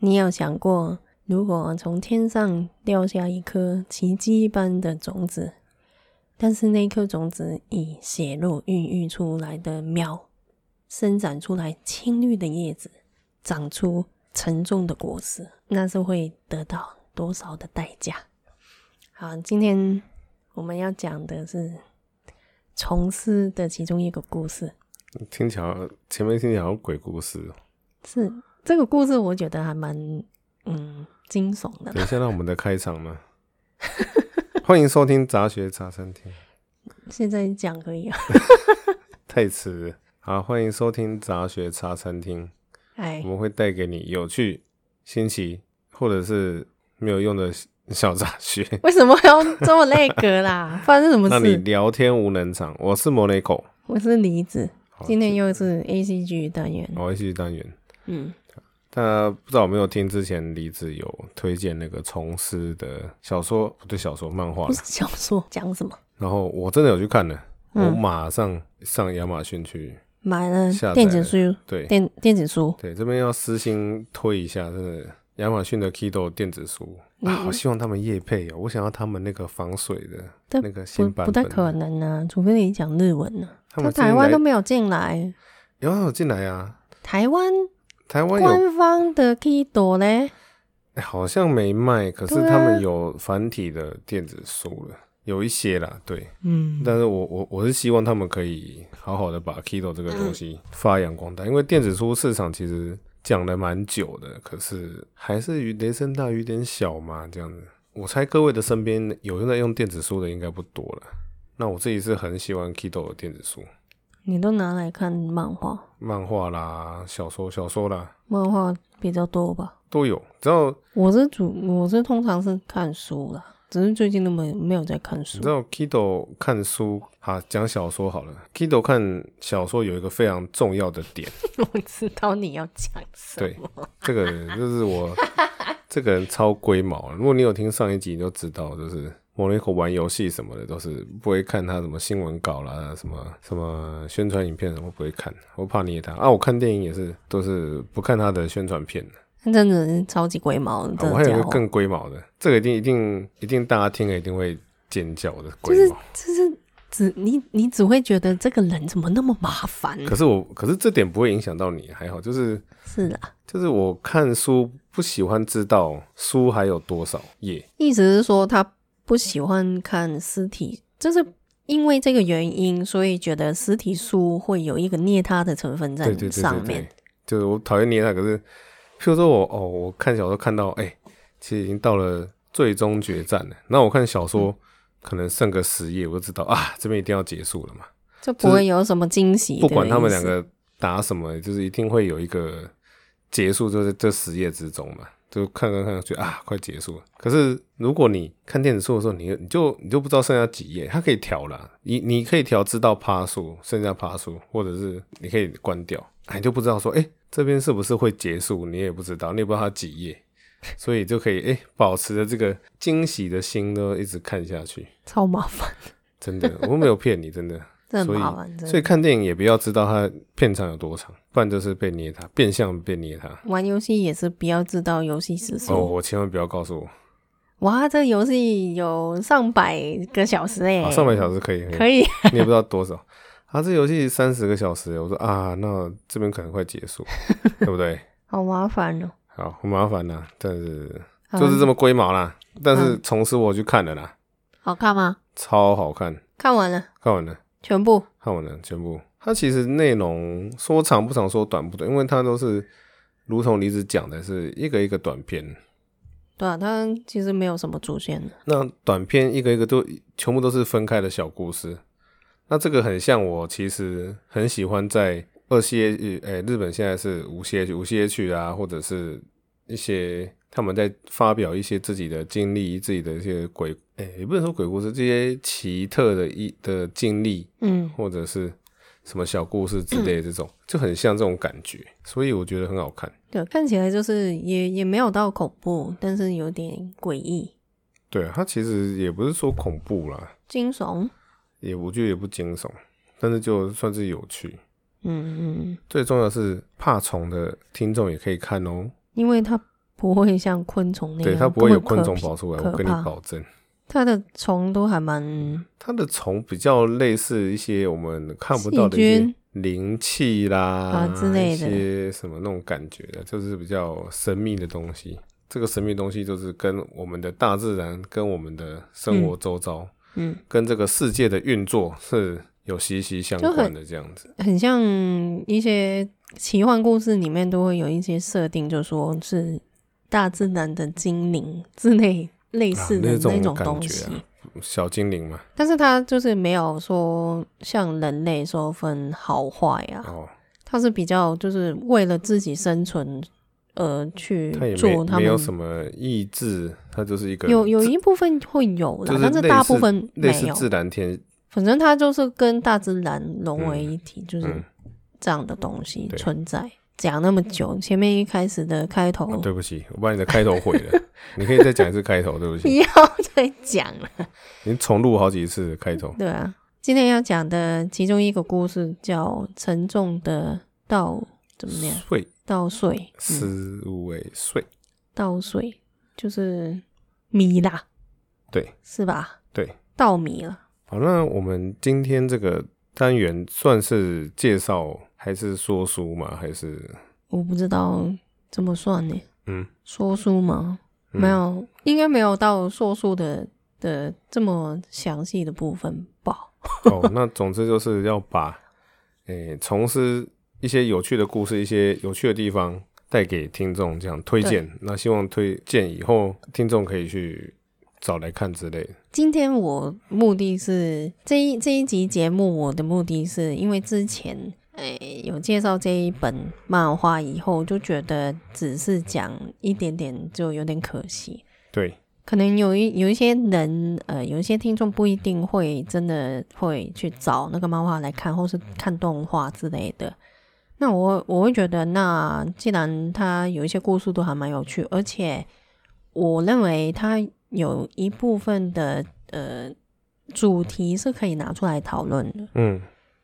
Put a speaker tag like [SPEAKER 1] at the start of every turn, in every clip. [SPEAKER 1] 有想过，如果从天上掉下一颗奇迹般的种子，但是那颗种子以血肉孕育出来的苗，生长出来青绿的叶子，长出沉重的果实，那是会得到多少的代价？好，今天我们要讲的是虫师的其中一个故事，
[SPEAKER 2] 听起来好前面听起来好像鬼故事哦。
[SPEAKER 1] 是这个故事，我觉得还蛮嗯惊悚的。
[SPEAKER 2] 等一下，让我们的开场吗？ 欢迎收听杂学茶餐厅，
[SPEAKER 1] 现在讲可以啊，
[SPEAKER 2] 太迟了。好，欢迎收听杂学茶餐厅，
[SPEAKER 1] 哎
[SPEAKER 2] 我，们会带给你有趣、新奇或者是没有用的小杂学，
[SPEAKER 1] 为什么要这么内格 啦？发生什么
[SPEAKER 2] 让你
[SPEAKER 1] 事？
[SPEAKER 2] 聊天无能场。我是莫雷狗，
[SPEAKER 1] 我是梨子，
[SPEAKER 2] 好
[SPEAKER 1] 今天又是 A C G 单元。
[SPEAKER 2] 我会继续单元。
[SPEAKER 1] 嗯，
[SPEAKER 2] 大家不知道有没有听之前李子有推荐那个虫师的小说，不对，小说漫画
[SPEAKER 1] 不，是小说，讲什么？
[SPEAKER 2] 然后我真的有去看了，我
[SPEAKER 1] 嗯
[SPEAKER 2] 马上上亚马逊去。
[SPEAKER 1] 买了
[SPEAKER 2] 下载
[SPEAKER 1] 电子书，
[SPEAKER 2] 对
[SPEAKER 1] 电电子书，
[SPEAKER 2] 对，这边要私心推一下，真的，亚马逊的 Kindle 电子书
[SPEAKER 1] 嗯
[SPEAKER 2] 啊，好希望他们业配哦，我想要他们那个防水的
[SPEAKER 1] 但
[SPEAKER 2] 那个
[SPEAKER 1] 不
[SPEAKER 2] 新版
[SPEAKER 1] 不
[SPEAKER 2] 本
[SPEAKER 1] 太
[SPEAKER 2] 的，
[SPEAKER 1] 可能啊，除非你讲日文呢、
[SPEAKER 2] 他
[SPEAKER 1] 啊。
[SPEAKER 2] 们
[SPEAKER 1] 他
[SPEAKER 2] 最近
[SPEAKER 1] 台湾
[SPEAKER 2] 来
[SPEAKER 1] 都没有进来，
[SPEAKER 2] 有有进来啊，
[SPEAKER 1] 台湾
[SPEAKER 2] 台湾有、
[SPEAKER 1] 官方的 Kido 呢？
[SPEAKER 2] 哎好像没卖，可是
[SPEAKER 1] 对啊
[SPEAKER 2] 他们有繁体的电子书了，有一些啦，对，
[SPEAKER 1] 嗯，
[SPEAKER 2] 但是我我我是希望他们可以好好的把 Kindle 这个东西发扬光大，因为电子书市场其实讲了蛮久的，可是还是雷声大雨点小嘛，这样子。我猜各位的身边有在用电子书的应该不多了。那我自己是很喜欢 Kindle 的电子书，
[SPEAKER 1] 你都拿来看漫画，
[SPEAKER 2] 漫画啦、小说、小说啦
[SPEAKER 1] 漫画比较多吧？
[SPEAKER 2] 都有。只要
[SPEAKER 1] 我是主，我是通常是看书啦，只是最近都没没有在看书
[SPEAKER 2] 你知。道 Kindle 看书，好讲小说好了。Kindle 看小说有一个非常重要的点，
[SPEAKER 1] 我知道你要讲什
[SPEAKER 2] 对，这个人就是 我，这个人超龟毛。如果你有听上一集，你就知道，就是莫雷口玩游戏什么的，都是不会看他什么新闻稿啦，什么什么宣传影片什么不会看。我怕你也他啊，我看电影也是都是不看他的宣传片的、
[SPEAKER 1] 他真的是超级龟毛，这
[SPEAKER 2] 啊我还有一
[SPEAKER 1] 家
[SPEAKER 2] 个
[SPEAKER 1] 伙，
[SPEAKER 2] 更龟毛的，这个一定一定一定大家听了一定会尖叫的龟
[SPEAKER 1] 就是
[SPEAKER 2] 毛。
[SPEAKER 1] 就是只你你只会觉得这个人怎么那么麻烦？
[SPEAKER 2] 可是我可是这点不会影响到你，还好就是。
[SPEAKER 1] 是啦，
[SPEAKER 2] 就是我看书不喜欢知道书还有多少页，
[SPEAKER 1] 意思是说他不喜欢看尸体，就是因为这个原因，所以觉得尸体书会有一个虐他的成分在
[SPEAKER 2] 对对对
[SPEAKER 1] 上
[SPEAKER 2] 对
[SPEAKER 1] 面
[SPEAKER 2] 对。，就是我讨厌捏他，可是譬如说我哦，我看小说看到哎、其实已经到了最终决战了，那我看小说、
[SPEAKER 1] 嗯
[SPEAKER 2] 可能剩个十页，我就知道啊，这边一定要结束了嘛，
[SPEAKER 1] 就不会有什么惊喜的意思。
[SPEAKER 2] 不管他们两个打什么，就是一定会有一个结束，就是这十页之中嘛。就看看看，觉得啊，快结束了。可是如果你看电子书的时候，你你就你就不知道剩下几页，它可以调啦。你你可以调知道趴数，剩下趴数，或者是你可以关掉，啊你就不知道说，哎、这边是不是会结束，你也不知道，你也不知道它几页，所以就可以哎、保持着这个惊喜的心呢，一直看下去。
[SPEAKER 1] 超麻烦，
[SPEAKER 2] 真的，我没有骗你，真的。
[SPEAKER 1] 真的
[SPEAKER 2] 所
[SPEAKER 1] 很
[SPEAKER 2] 以
[SPEAKER 1] 麻烦，真
[SPEAKER 2] 所
[SPEAKER 1] 的。
[SPEAKER 2] 以看电影也不要知道它片长有多长，不然就是被捏它，变相被捏它。
[SPEAKER 1] 玩游戏也是不要知道游戏时
[SPEAKER 2] 哦，
[SPEAKER 1] 速。
[SPEAKER 2] 我千万不要告诉我，
[SPEAKER 1] 哇，这个游戏有上百个小时哎、
[SPEAKER 2] 啊，上半小时可以，可
[SPEAKER 1] 可以。
[SPEAKER 2] 以，你也不知道多少。啊，这游戏三十个小时，我说啊，那这边可能快结 束，对不对？
[SPEAKER 1] 好麻烦哦、
[SPEAKER 2] 好，很麻烦啦，但是
[SPEAKER 1] 好嗯
[SPEAKER 2] 就是这么龟毛啦。但是从此我去看了啦，
[SPEAKER 1] 好看吗？
[SPEAKER 2] 超好看，
[SPEAKER 1] 看完了，
[SPEAKER 2] 看完了，
[SPEAKER 1] 全部
[SPEAKER 2] 看完了，全部。它其实内容说长不长，说短不短，因为它都是如同离子讲的，是一个一个短片。
[SPEAKER 1] 对啊，它其实没有什么主线的，
[SPEAKER 2] 那短片一个一个都全部都是分开的小故事。那这个很像我其实很喜欢在二 C H，诶、日本现在是无 C H 无 C H 啊，或者是一些他们在发表一些自己的经历、自己的一些鬼，诶、也不能说鬼故事，这些奇特的一的经历，
[SPEAKER 1] 嗯，
[SPEAKER 2] 或者是什么小故事之类的这种，就很像这种感觉，所以我觉得很好看。
[SPEAKER 1] 对，看起来就是也也没有到恐怖，但是有点诡异、
[SPEAKER 2] 对啊，它其实也不是说恐怖啦，
[SPEAKER 1] 惊悚，
[SPEAKER 2] 也我觉得也不惊悚，但是就算是有趣。
[SPEAKER 1] 嗯嗯，
[SPEAKER 2] 最重要的是怕虫的听众也可以看哦，
[SPEAKER 1] 因为它不会像昆虫那样，
[SPEAKER 2] 对，它不
[SPEAKER 1] 会
[SPEAKER 2] 会有昆虫
[SPEAKER 1] 可
[SPEAKER 2] 跑出来，
[SPEAKER 1] 可
[SPEAKER 2] 我跟你
[SPEAKER 1] 怕
[SPEAKER 2] 保证。
[SPEAKER 1] 它的虫都还蛮
[SPEAKER 2] 它的虫比较类似一些我们看不到的一
[SPEAKER 1] 细
[SPEAKER 2] 些
[SPEAKER 1] 菌
[SPEAKER 2] 灵气啦、
[SPEAKER 1] 啊之类的
[SPEAKER 2] 一些什么那种感觉的，就是比较神秘的东西。这个神秘的东西就是跟我们的大自然、跟我们的生活周遭、
[SPEAKER 1] 嗯，
[SPEAKER 2] 跟这个世界的运作是有息息相
[SPEAKER 1] 就很
[SPEAKER 2] 关的这样子。
[SPEAKER 1] 很像一些奇幻故事里面都会有一些设定，就说是大自然的精灵之类类似的
[SPEAKER 2] 啊那种
[SPEAKER 1] 种
[SPEAKER 2] 感
[SPEAKER 1] 东
[SPEAKER 2] 觉
[SPEAKER 1] 西，
[SPEAKER 2] 啊小精灵嘛，
[SPEAKER 1] 但是它就是没有说像人类说分好坏啊，
[SPEAKER 2] 哦，
[SPEAKER 1] 它是比较就是为了自己生存而去
[SPEAKER 2] 它也
[SPEAKER 1] 做
[SPEAKER 2] 没
[SPEAKER 1] 他
[SPEAKER 2] 没有
[SPEAKER 1] 们。
[SPEAKER 2] 什么意志，它就是一个
[SPEAKER 1] 有有
[SPEAKER 2] 自
[SPEAKER 1] 一部分会有的，
[SPEAKER 2] 就是
[SPEAKER 1] 但是
[SPEAKER 2] 类
[SPEAKER 1] 大
[SPEAKER 2] 似
[SPEAKER 1] 部分
[SPEAKER 2] 类
[SPEAKER 1] 没
[SPEAKER 2] 似
[SPEAKER 1] 有。
[SPEAKER 2] 自然天
[SPEAKER 1] 反正它就是跟大自然融为一体，就是
[SPEAKER 2] 嗯
[SPEAKER 1] 这样的东西
[SPEAKER 2] 对
[SPEAKER 1] 存在。讲那么久，前面一开始的开头、
[SPEAKER 2] 啊，对不起，我把你的开头毁了，你可以再讲一次开头，对不
[SPEAKER 1] 不
[SPEAKER 2] 起，
[SPEAKER 1] 要再讲了，
[SPEAKER 2] 你重录好几次 开头。
[SPEAKER 1] 对啊。今天要讲的其中一个故事叫《沉重的稻》，怎么样？
[SPEAKER 2] 睡
[SPEAKER 1] 稻穗，嗯，
[SPEAKER 2] 思维睡，
[SPEAKER 1] 稻穗就是米啦，
[SPEAKER 2] 对，
[SPEAKER 1] 是吧？
[SPEAKER 2] 对，
[SPEAKER 1] 稻米啊了，
[SPEAKER 2] 好，那我们今天这个单元算是介绍还是说书吗？还是
[SPEAKER 1] 我不知道怎么算呢。
[SPEAKER 2] 嗯，
[SPEAKER 1] 说书吗？
[SPEAKER 2] 嗯
[SPEAKER 1] 没有，应该没有到说书的的这么详细的部分吧。
[SPEAKER 2] 哦，那总之就是要把诶从事一些有趣的故事、一些有趣的地方带给听众，这样推荐。那希望推荐以后听众可以去找来看之类的。
[SPEAKER 1] 今天我目的是这一这一集节目，我的目的是因为之前诶、有介绍这一本漫画以后，就觉得只是讲一点点就有点可惜。
[SPEAKER 2] 对，
[SPEAKER 1] 可能有一有一些人，呃，有一些听众不一定会真的会去找那个漫画来看，或是看动画之类的。那我我会觉得，那既然它有一些故事都还蛮有趣，而且我认为它有一部分的呃主题是可以拿出来讨论的，
[SPEAKER 2] 嗯，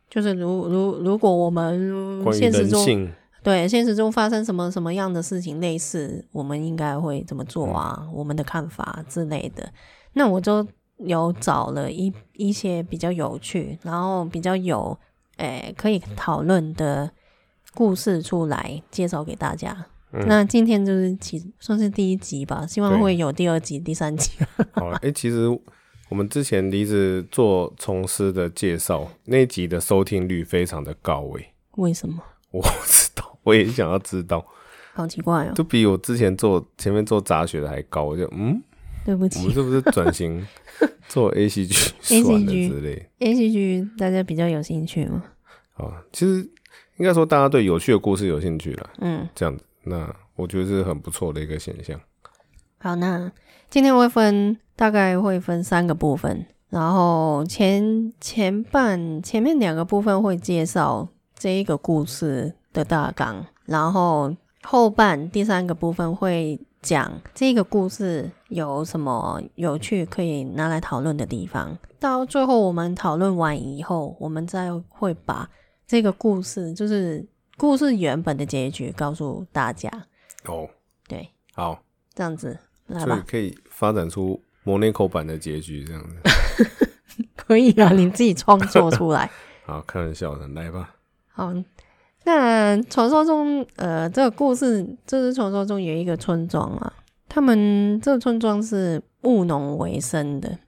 [SPEAKER 1] 就是如如如果我们
[SPEAKER 2] 关于
[SPEAKER 1] 嗯现实
[SPEAKER 2] 人
[SPEAKER 1] 中
[SPEAKER 2] 性，
[SPEAKER 1] 对，现实中发生什么什么样的事情类似，我们应该会怎么做啊？我们的看法之类的。那我就有找了一一些比较有趣，然后比较有诶、可以讨论的故事出来介绍给大家。
[SPEAKER 2] 嗯
[SPEAKER 1] 那今天就是其算是第一集吧，希望
[SPEAKER 2] 对
[SPEAKER 1] 会有第二集、第三集。
[SPEAKER 2] 好了，哎、其实我们之前离职做虫师的介绍那一集的收听率非常的高诶、
[SPEAKER 1] 为什么？
[SPEAKER 2] 我不知道，我也想要知道，
[SPEAKER 1] 好奇怪哦！
[SPEAKER 2] 就比我之前做前面做杂学的还高。我就嗯，
[SPEAKER 1] 对不
[SPEAKER 2] 我
[SPEAKER 1] 起
[SPEAKER 2] 们是不是 转型做 A C G 算了之类？
[SPEAKER 1] ，A C G 大家比较有兴趣吗？
[SPEAKER 2] 啊，其实应该说大家对有趣的故事有兴趣了，
[SPEAKER 1] 嗯，
[SPEAKER 2] 这样子，那我觉得是很不错的一个现象。
[SPEAKER 1] 好，那今天我会分，大概会分三个部分。然后前前半前面两个部分会介绍这一个故事的大纲，然后后半第三个部分会讲这个故事有什么有趣可以拿来讨论的地方。到最后我们讨论完以后，我们再会把这个故事，就是故事原本的结局告诉大家。
[SPEAKER 2] 哦，
[SPEAKER 1] 对，
[SPEAKER 2] 好，
[SPEAKER 1] 这样子来
[SPEAKER 2] 所以
[SPEAKER 1] 吧。
[SPEAKER 2] 可以发展出 Monaco 版的结局这样子。
[SPEAKER 1] 可以啊，你自己创作出来。
[SPEAKER 2] 好，开玩笑的，来吧。
[SPEAKER 1] 好，那传说中，呃，这个故事就是传说中有一个村庄啊，他们这个村庄是务农为生的，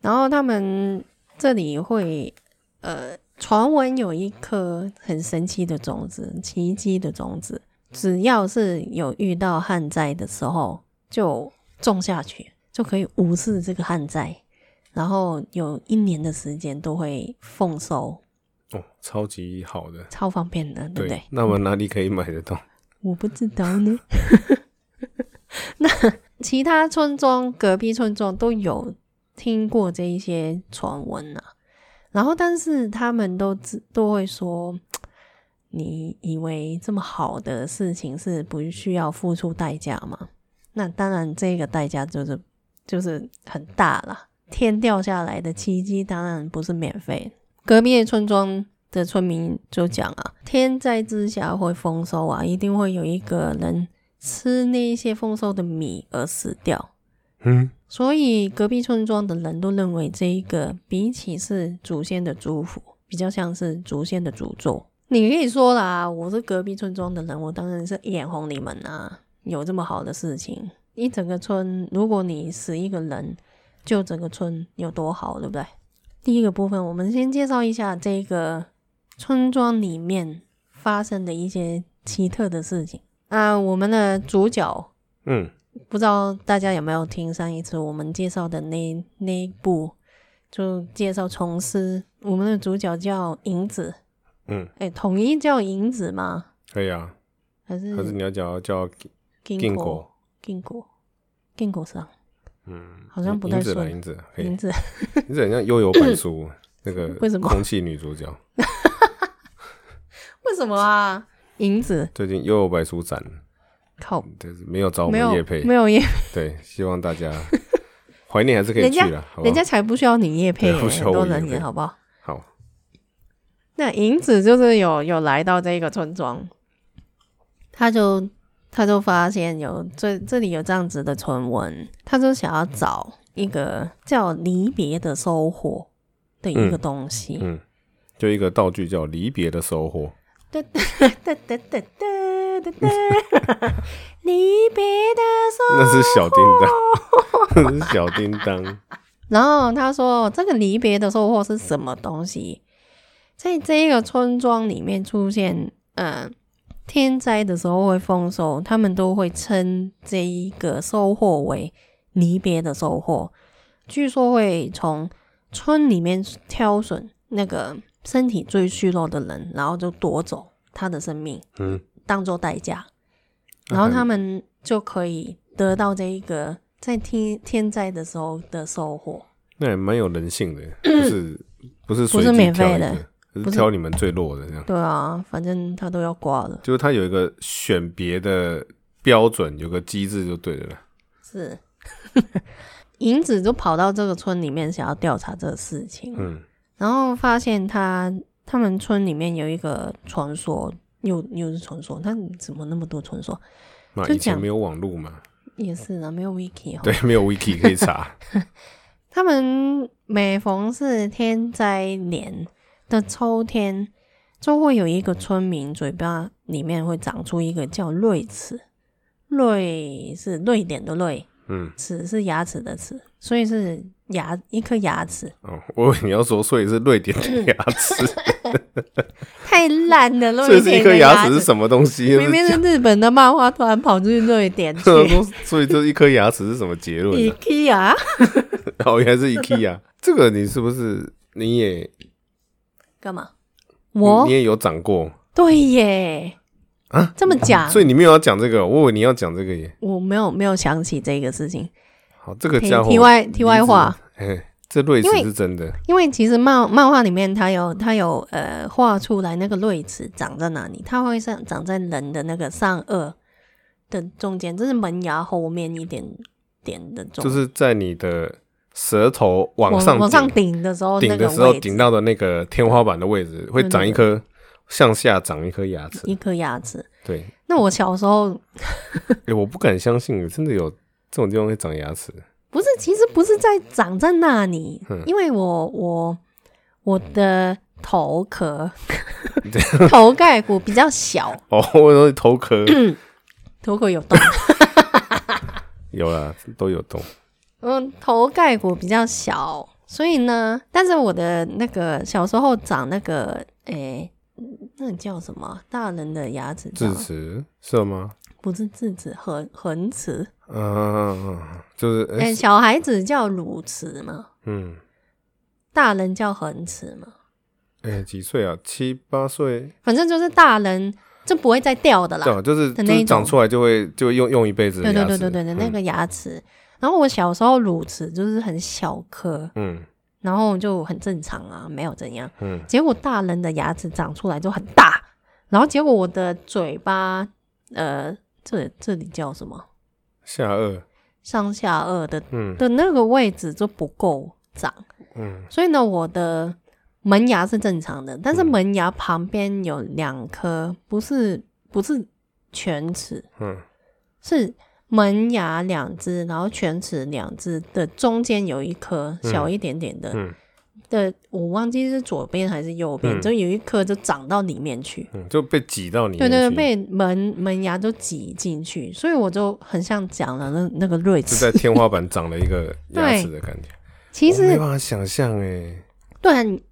[SPEAKER 1] 然后他们这里会，呃，传闻有一颗很神奇的种子，奇迹的种子，只要是有遇到旱灾的时候，就种下去，就可以无视这个旱灾。然后有一年的时间都会丰收，
[SPEAKER 2] 哦，超级好的。
[SPEAKER 1] 超方便的，对不对？
[SPEAKER 2] 那我哪里可以买得到？
[SPEAKER 1] 我不知道呢。 那其他村庄、隔壁村庄都有听过这一些传闻啊，然后但是他们都知都会说，你以为这么好的事情是不需要付出代价吗？那当然，这个代价就是就是很大啦。天掉下来的奇迹当然不是免费的隔壁的村庄的村民就讲啊，天灾之下会丰收啊，一定会有一个人吃那一些丰收的米而死掉。
[SPEAKER 2] 嗯，
[SPEAKER 1] 所以隔壁村庄的人都认为这一个比起是祖先的祝福，比较像是祖先的诅咒。你可以说啦，我是隔壁村庄的人，我当然是眼红你们啊，有这么好的事情。一整个村，如果你死一个人，就整个村有多好，对不对？第一个部分，我们先介绍一下这个村庄里面发生的一些奇特的事情。啊，我们的主角
[SPEAKER 2] 嗯，
[SPEAKER 1] 不知道大家有没有听上一次我们介绍的那那一部，就介绍虫师，我们的主角叫银子，
[SPEAKER 2] 嗯，
[SPEAKER 1] 哎，统一叫银子吗？
[SPEAKER 2] 可以啊。
[SPEAKER 1] 还是
[SPEAKER 2] 可是你要叫叫
[SPEAKER 1] 金
[SPEAKER 2] 定
[SPEAKER 1] 嗯果？
[SPEAKER 2] 国，
[SPEAKER 1] 金果，金果上
[SPEAKER 2] 嗯，
[SPEAKER 1] 好像不太
[SPEAKER 2] 银子吧，
[SPEAKER 1] 顺。
[SPEAKER 2] 银子可以，
[SPEAKER 1] 银子，
[SPEAKER 2] 银子很像悠游白书那个
[SPEAKER 1] 为什么
[SPEAKER 2] 空气女主角，
[SPEAKER 1] 为什么啊？银子
[SPEAKER 2] 最近悠游白书展，
[SPEAKER 1] 靠，
[SPEAKER 2] 就是没有哦找我
[SPEAKER 1] 没
[SPEAKER 2] 们
[SPEAKER 1] 有
[SPEAKER 2] 叶配，
[SPEAKER 1] 没有叶，
[SPEAKER 2] 对，希望大家 怀念还是可以去了，好不
[SPEAKER 1] 人
[SPEAKER 2] 好
[SPEAKER 1] 家？才不需要你叶配、
[SPEAKER 2] 对不
[SPEAKER 1] 欸，
[SPEAKER 2] 需要
[SPEAKER 1] 很
[SPEAKER 2] 我
[SPEAKER 1] 多
[SPEAKER 2] 业
[SPEAKER 1] 人
[SPEAKER 2] 配
[SPEAKER 1] 也好不好？
[SPEAKER 2] 好，
[SPEAKER 1] 那银子就是有有来到这个村庄，他就他就发现有这这里有这样子的传闻，他就想要找一个叫离别的收获的一个东西。
[SPEAKER 2] 嗯，就一个道具叫离别的收获，
[SPEAKER 1] 哒哒哒哒哒哒， 离别的收
[SPEAKER 2] 那是小叮当，
[SPEAKER 1] 获。
[SPEAKER 2] 那是小叮当，
[SPEAKER 1] 然后他说：“这个离别的收获是什么东西？在这一个村庄里面出现，嗯、天灾的时候会丰收，他们都会称这一个收获为离别的收获。据说会从村里面挑选那个身体最虚弱的人，然后就夺走他的生命，
[SPEAKER 2] 嗯，
[SPEAKER 1] 当做代价，
[SPEAKER 2] 那
[SPEAKER 1] 然后
[SPEAKER 2] 很
[SPEAKER 1] 他们就可以得到这一个在天天灾的时候的收获。”
[SPEAKER 2] 那也蛮有人性的，就是不是随
[SPEAKER 1] 不是
[SPEAKER 2] 机
[SPEAKER 1] 免
[SPEAKER 2] 挑
[SPEAKER 1] 费
[SPEAKER 2] 一
[SPEAKER 1] 的
[SPEAKER 2] 个，而
[SPEAKER 1] 不
[SPEAKER 2] 是
[SPEAKER 1] 是
[SPEAKER 2] 挑你们最弱的这样，
[SPEAKER 1] 对啊，反正他都要挂了。
[SPEAKER 2] 就是它有一个选别的标准，有个机制就对了啦。
[SPEAKER 1] 是， 银子就跑到这个村里面，想要调查这个事情，
[SPEAKER 2] 嗯
[SPEAKER 1] 然后发现他他们村里面有一个传说，又又是传说，他怎么那么多传说？
[SPEAKER 2] 嘛，
[SPEAKER 1] 就
[SPEAKER 2] 以前
[SPEAKER 1] 讲
[SPEAKER 2] 没有网络嘛，
[SPEAKER 1] 也是啊，没有 wiki 哦。
[SPEAKER 2] 对，没有 wiki 可以查，
[SPEAKER 1] 他们每逢是天灾年的秋天，就会有一个村民嘴巴里面会长出一个叫瑞齿，瑞是瑞典的瑞，
[SPEAKER 2] 嗯，
[SPEAKER 1] 齿是牙齿的齿，所以是牙一颗牙齿，
[SPEAKER 2] 哦，我以为你要说，所以是瑞典的牙 齿，
[SPEAKER 1] 太烂了。
[SPEAKER 2] 所
[SPEAKER 1] 瑞
[SPEAKER 2] 以是一
[SPEAKER 1] 典
[SPEAKER 2] 颗
[SPEAKER 1] 的
[SPEAKER 2] 牙
[SPEAKER 1] 牙
[SPEAKER 2] 齿是什么东西？
[SPEAKER 1] 明明是日本的漫画，突然跑出去瑞 典去
[SPEAKER 2] 这都所以这一颗牙齿是什么 结论呢？
[SPEAKER 1] ，IKEA。
[SPEAKER 2] 哦，原来 是 IKEA，这个你是不是你也
[SPEAKER 1] 干嘛？我
[SPEAKER 2] 你也有长过？
[SPEAKER 1] 对耶，
[SPEAKER 2] 啊，
[SPEAKER 1] 这么讲，
[SPEAKER 2] 所以你没有要讲这个，我以为你要讲这个耶。
[SPEAKER 1] 我没有没有想起这个事情。
[SPEAKER 2] 好，这个
[SPEAKER 1] 题
[SPEAKER 2] 家伙
[SPEAKER 1] 题外题外话，
[SPEAKER 2] 哎，这瑞
[SPEAKER 1] 因为
[SPEAKER 2] 齿是真的，
[SPEAKER 1] 因为其实漫漫画里面它有它有呃画出来那个瑞齿长在哪里，它会上长在人的那个上颚的中间，就是门牙后面一点点的中间，
[SPEAKER 2] 就是在你的舌头往
[SPEAKER 1] 往
[SPEAKER 2] 上
[SPEAKER 1] 往上
[SPEAKER 2] 顶
[SPEAKER 1] 顶的时候，那
[SPEAKER 2] 顶
[SPEAKER 1] 个
[SPEAKER 2] 的时候，
[SPEAKER 1] 位置
[SPEAKER 2] 顶到的那个天花板的位置会
[SPEAKER 1] 对
[SPEAKER 2] 长
[SPEAKER 1] 对
[SPEAKER 2] 一颗向下长一颗牙齿。
[SPEAKER 1] 一颗牙齿。
[SPEAKER 2] 对，
[SPEAKER 1] 那我小时候
[SPEAKER 2] 哎，我不敢相信，真的有这种地方会长牙齿。
[SPEAKER 1] 不是，其实不是在长在那里
[SPEAKER 2] 嗯，
[SPEAKER 1] 因为我我我的头 壳头盖骨比较小，
[SPEAKER 2] 哦，我说 头壳
[SPEAKER 1] 头壳有 洞，
[SPEAKER 2] 有啦，都有洞。
[SPEAKER 1] 嗯，头盖骨比较小，所以呢，但是我的那个小时候长那个诶。那叫什么？大人的牙齿叫
[SPEAKER 2] 智齿是吗？
[SPEAKER 1] 不是智齿，恒恒齿。
[SPEAKER 2] 嗯，就是
[SPEAKER 1] 哎、
[SPEAKER 2] 哎，
[SPEAKER 1] 小孩子叫乳齿嘛，
[SPEAKER 2] 嗯，
[SPEAKER 1] 大人叫恒齿嘛，
[SPEAKER 2] 哎，几岁啊？七八岁，
[SPEAKER 1] 反正就是大人就不会再掉的啦。
[SPEAKER 2] 对啊，就是
[SPEAKER 1] 的
[SPEAKER 2] 就
[SPEAKER 1] 那
[SPEAKER 2] 是
[SPEAKER 1] 一种
[SPEAKER 2] 长出来就会就会用用一辈子的
[SPEAKER 1] 对对
[SPEAKER 2] 牙
[SPEAKER 1] 对
[SPEAKER 2] 齿。
[SPEAKER 1] 对对对，那
[SPEAKER 2] 嗯
[SPEAKER 1] 个牙齿。然后我小时候乳齿就是很小颗，
[SPEAKER 2] 嗯
[SPEAKER 1] 然后就很正常啊，没有怎样。
[SPEAKER 2] 嗯，
[SPEAKER 1] 结果大人的牙齿长出来就很大，然后结果我的嘴巴，呃，这这里叫什么？
[SPEAKER 2] 下颚，
[SPEAKER 1] 上下颚的
[SPEAKER 2] 嗯
[SPEAKER 1] 的那个位置就不够长，
[SPEAKER 2] 嗯
[SPEAKER 1] 所以呢，我的门牙是正常的，但是门牙旁边有两颗，不是不是全齿，
[SPEAKER 2] 嗯，
[SPEAKER 1] 是门牙两只，然后犬齿两只的中间有一颗小一点点的，
[SPEAKER 2] 嗯
[SPEAKER 1] 的我忘记是左边还是右边，
[SPEAKER 2] 嗯
[SPEAKER 1] 就有一颗就长到里面去。
[SPEAKER 2] 嗯，就被挤到里
[SPEAKER 1] 对
[SPEAKER 2] 面
[SPEAKER 1] 对对，
[SPEAKER 2] 去
[SPEAKER 1] 被门门牙都挤进去，所以我就很像讲了那那个瑞
[SPEAKER 2] 就
[SPEAKER 1] 奇。
[SPEAKER 2] 在天花板长了 一个牙齿的感觉，
[SPEAKER 1] 其
[SPEAKER 2] 我没
[SPEAKER 1] 实
[SPEAKER 2] 办法想象哎，
[SPEAKER 1] 对啊，你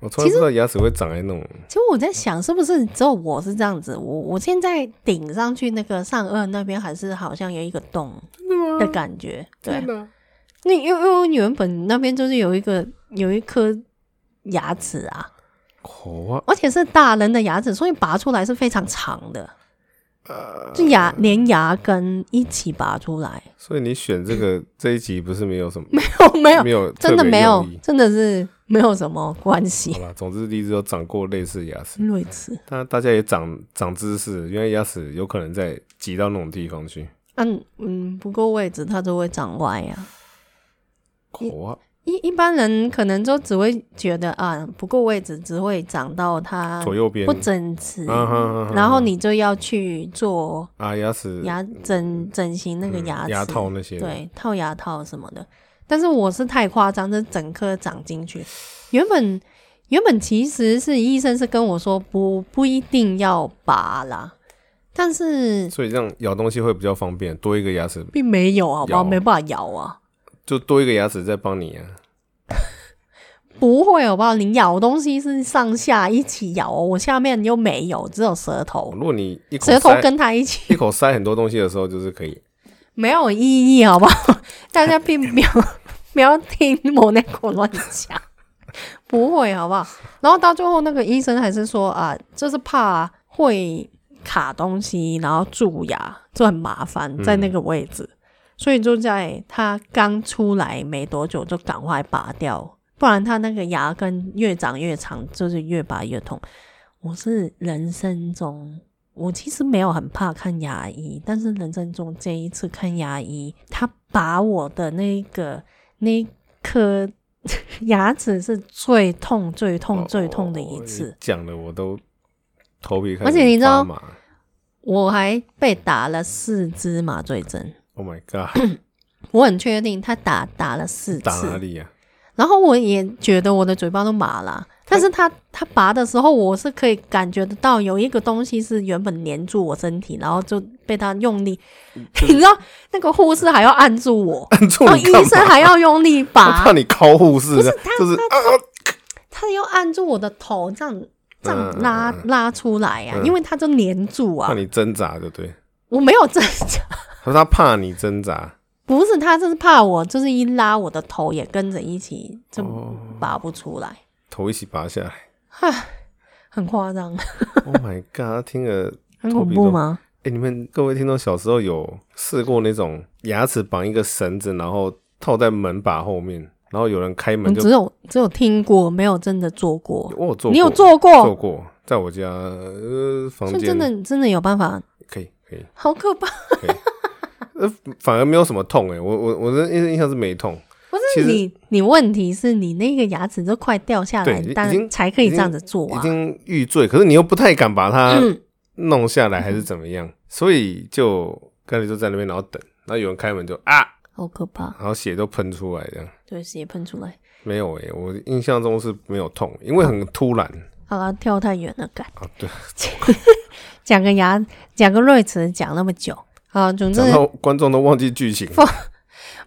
[SPEAKER 2] 我从来不知道牙齿会长在 那种，
[SPEAKER 1] 其实我在想，是不是只有我是这样子？我我现在顶上去那个上颚那边，还是好像有一个洞
[SPEAKER 2] 啊
[SPEAKER 1] 的感觉。对，啊
[SPEAKER 2] 的，
[SPEAKER 1] 那因为因为我原本那边就是有一个有一颗牙齿啊，
[SPEAKER 2] 口啊，
[SPEAKER 1] 而且是大人的牙齿，所以拔出来是非常长的，
[SPEAKER 2] 呃
[SPEAKER 1] 就牙连牙根一起拔出来。
[SPEAKER 2] 所以你选这个这一集不是没有什么，
[SPEAKER 1] 哦，没有，
[SPEAKER 2] 没有
[SPEAKER 1] 真的
[SPEAKER 2] 特别
[SPEAKER 1] 没有
[SPEAKER 2] 用意，
[SPEAKER 1] 真的是没有什么关系
[SPEAKER 2] 好。吧，总之荔枝都长过 类似的牙齿，
[SPEAKER 1] 瑞齿，
[SPEAKER 2] 但大家也长长知识，原来牙齿有可能在挤到那种地方去，
[SPEAKER 1] 嗯嗯，不够位置它就会长歪啊呀、
[SPEAKER 2] 口啊，
[SPEAKER 1] 一一般人可能就只会觉得啊，不够位置只会长到它
[SPEAKER 2] 左右边
[SPEAKER 1] 嗯不整齐，
[SPEAKER 2] 啊哈啊哈
[SPEAKER 1] 然后你就要去做
[SPEAKER 2] 啊牙齿
[SPEAKER 1] 牙整整形那个
[SPEAKER 2] 嗯
[SPEAKER 1] 牙齿、
[SPEAKER 2] 牙套那些，，
[SPEAKER 1] 对，套牙套什么的。但是我是太夸张，这整颗长进去。原本原本其实是医生是跟我说不不一定要拔啦，但是
[SPEAKER 2] 所以这样咬东西会比较方便，多一个牙齿
[SPEAKER 1] 并没有，好不
[SPEAKER 2] 咬
[SPEAKER 1] 好？没办法咬啊，
[SPEAKER 2] 就多一个牙齿在帮你啊，
[SPEAKER 1] 不会，好不好？你咬东西是上下一起咬哦，我下面又没有，只有舌头
[SPEAKER 2] 如，果你一口
[SPEAKER 1] 舌头
[SPEAKER 2] 塞
[SPEAKER 1] 跟它一起，
[SPEAKER 2] 一口塞很多东西的时候，就是可以
[SPEAKER 1] 没有意义，好不好？ 大家并不要不要听我那口乱讲， 不会，好不好？然后到最后，那个医生还是说啊，就是怕会卡东西，然后蛀牙，就很麻烦，在那个位置，所以就在他刚出来没多久就赶快拔掉，不然他那个牙根越长越长，就是越拔越痛。我是人生中我其实没有很怕看牙医，但是人生中这一次看牙医，他拔我的那个那一颗 牙齿是最痛、最痛、最痛的一
[SPEAKER 2] 哦
[SPEAKER 1] 次
[SPEAKER 2] 你。讲的我都头皮开始
[SPEAKER 1] 而且你知道
[SPEAKER 2] 发麻
[SPEAKER 1] 我还被打了四支麻醉针，
[SPEAKER 2] ，Oh my god，
[SPEAKER 1] 我很确定他打打了四
[SPEAKER 2] 打哪
[SPEAKER 1] 次，
[SPEAKER 2] 里啊呀、
[SPEAKER 1] 然后我也觉得我的嘴巴都麻了。但是他他拔的时候，我是可以感觉得到有一个东西是原本粘住我身体，然后就被他用力，
[SPEAKER 2] 嗯
[SPEAKER 1] 你知道那个护士还要按住我，
[SPEAKER 2] 按住
[SPEAKER 1] 然后
[SPEAKER 2] 你干
[SPEAKER 1] 哦医生
[SPEAKER 2] 嘛？
[SPEAKER 1] 还要用力
[SPEAKER 2] 他怕
[SPEAKER 1] 拔，
[SPEAKER 2] 你靠护士的，就是啊
[SPEAKER 1] 他要按住我的头，这样这样
[SPEAKER 2] 嗯
[SPEAKER 1] 拉、
[SPEAKER 2] 嗯
[SPEAKER 1] 拉出来呀、
[SPEAKER 2] 嗯
[SPEAKER 1] 因为他就粘住
[SPEAKER 2] 怕
[SPEAKER 1] 啊。
[SPEAKER 2] 你挣扎，对不对？
[SPEAKER 1] 我没有挣扎，
[SPEAKER 2] 他说他怕你挣扎，
[SPEAKER 1] 不是他，就是怕我，就是一拉我的头也跟着一起就
[SPEAKER 2] 哦
[SPEAKER 1] 拔不出来，
[SPEAKER 2] 头一起拔 下来。
[SPEAKER 1] 很夸张，
[SPEAKER 2] Oh my god，听了，
[SPEAKER 1] 很恐怖吗？
[SPEAKER 2] 哎、你们各位听众小时候有试过那种牙齿绑一个绳子，然后套在门把后面，然后有人开
[SPEAKER 1] 我
[SPEAKER 2] 门就
[SPEAKER 1] 嗯只有只有听过，没有真的做过。
[SPEAKER 2] 我有做过，
[SPEAKER 1] 你有做
[SPEAKER 2] 做
[SPEAKER 1] 过？
[SPEAKER 2] 过，在我家呃房
[SPEAKER 1] 是真
[SPEAKER 2] 间
[SPEAKER 1] 的真的有办法，
[SPEAKER 2] 可以可以，呃
[SPEAKER 1] 好可怕！
[SPEAKER 2] 反而没有什么痛哎、我我我的印印象是没痛，
[SPEAKER 1] 不
[SPEAKER 2] 其
[SPEAKER 1] 是
[SPEAKER 2] 实
[SPEAKER 1] 你，你问题是你那个牙齿都快掉下来
[SPEAKER 2] 对，已
[SPEAKER 1] 但
[SPEAKER 2] 经
[SPEAKER 1] 才可以这样子做
[SPEAKER 2] 已
[SPEAKER 1] 啊。嗯
[SPEAKER 2] 经呃欲坠，可是你又不太敢把它弄下来还是怎么样，所以就干脆就在那边然后等，然后有人开门就啊，
[SPEAKER 1] 好可怕！
[SPEAKER 2] 然后血都喷出来这样。
[SPEAKER 1] 对，血喷出来。
[SPEAKER 2] 没有哎、我印象中是没有痛，因为很突 然
[SPEAKER 1] 好了，跳太远了，干
[SPEAKER 2] 啊。 对，
[SPEAKER 1] 讲个牙，讲个瑞齿，讲那么久。好，总之
[SPEAKER 2] 讲到观众都忘记剧情，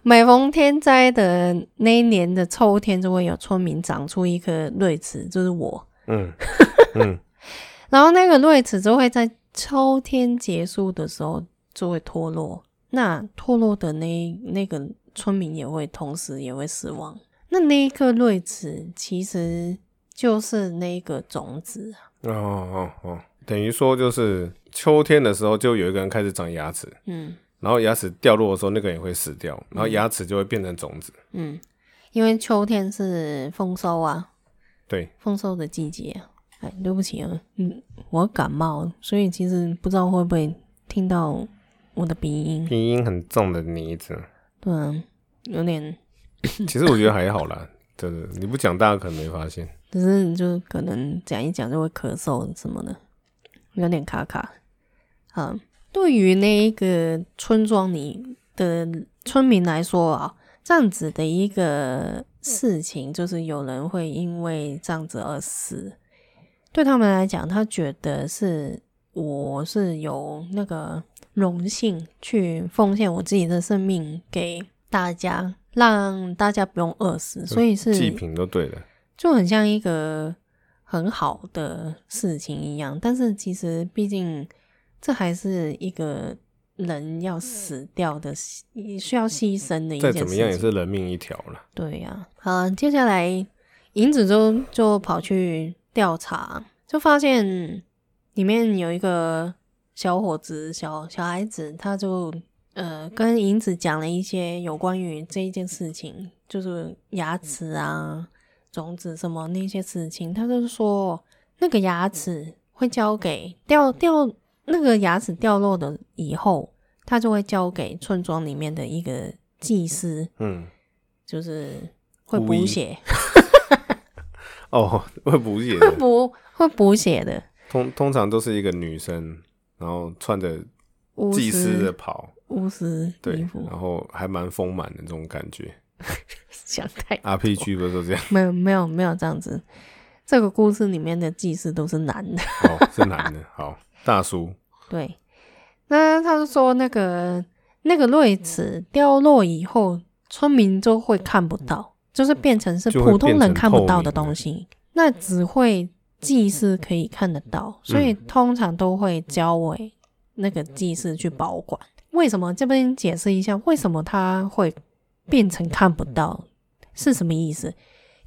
[SPEAKER 1] 每逢天灾的那一年的秋天，就会有村民长出一颗瑞齿，就是我。
[SPEAKER 2] 嗯嗯，
[SPEAKER 1] 然后那个瑞齿就会在秋天结束的时候就会脱落，那脱落的那那个村民也会同时也会死亡。那那一颗瑞齿其实就是那个种子啊，
[SPEAKER 2] 哦哦哦，等于说就是秋天的时候就有一个人开始长牙齿，
[SPEAKER 1] 嗯
[SPEAKER 2] 然后牙齿掉落的时候，那个人也会死掉，然后牙齿就会变成种子。
[SPEAKER 1] 嗯，因为秋天是丰收啊，
[SPEAKER 2] 对，
[SPEAKER 1] 丰收的季节啊。哎，对不起啊，嗯，我感冒，所以其实不知道会不会听到我的鼻音，
[SPEAKER 2] 鼻音很重的妮 子，
[SPEAKER 1] 对啊，有点
[SPEAKER 2] 其实我觉得还好啦，真的，你不讲大家可能没发现。
[SPEAKER 1] 只是就可能讲一讲就会咳嗽什么的，有点卡卡。啊，对于那一个村庄里的村民来说啊，这样子的一个事情，就是有人会因为这样子而死，对他们来讲，他觉得是我是有那个荣幸去奉献我自己的生命给大家，让大家不用饿死，所以是
[SPEAKER 2] 祭品都对了，
[SPEAKER 1] 就很像一个很好的事情一样，但是其实毕竟这还是一个人要死掉的牺，需要牺牲的一
[SPEAKER 2] 再
[SPEAKER 1] 件事情。
[SPEAKER 2] 怎么样也是人命一条了。
[SPEAKER 1] 对呀、好，接下来银子就就跑去调查，就发现里面有一个小伙子、小小孩子，他就呃跟银子讲了一些有关于这一件事情，就是牙齿啊、种子什么那些事情。他就是说，那个牙齿会交给掉掉那个牙齿掉落的以后，他就会交给村庄里面的一个技师。
[SPEAKER 2] 嗯，
[SPEAKER 1] 就是会
[SPEAKER 2] 故
[SPEAKER 1] 补
[SPEAKER 2] 意
[SPEAKER 1] 血，
[SPEAKER 2] 哦， 会补血 的，
[SPEAKER 1] 会补会补血的
[SPEAKER 2] 通通常都是一个女生，然后穿着
[SPEAKER 1] 巫
[SPEAKER 2] 祭司的
[SPEAKER 1] 师
[SPEAKER 2] 袍，
[SPEAKER 1] 巫师
[SPEAKER 2] 对
[SPEAKER 1] 衣，服，
[SPEAKER 2] 然后还蛮丰满的这种感 觉。
[SPEAKER 1] 想太多
[SPEAKER 2] RPG 不是都这样？
[SPEAKER 1] 没有没有没有这样子。这个故事里面的祭司都是男的，
[SPEAKER 2] 哦，是男的，好，大叔，
[SPEAKER 1] 对。那他就说那个那个瑞齿掉落以后，村民就会看不到，就是变成是
[SPEAKER 2] 就会
[SPEAKER 1] 普通
[SPEAKER 2] 变成
[SPEAKER 1] 人看不到的
[SPEAKER 2] 透明的
[SPEAKER 1] 东西，那只会祭司可以看得到，所
[SPEAKER 2] 嗯
[SPEAKER 1] 以通常都会交给那个祭司去保管。为什么这边解释一下，为什么它会变成看不到是什么意思？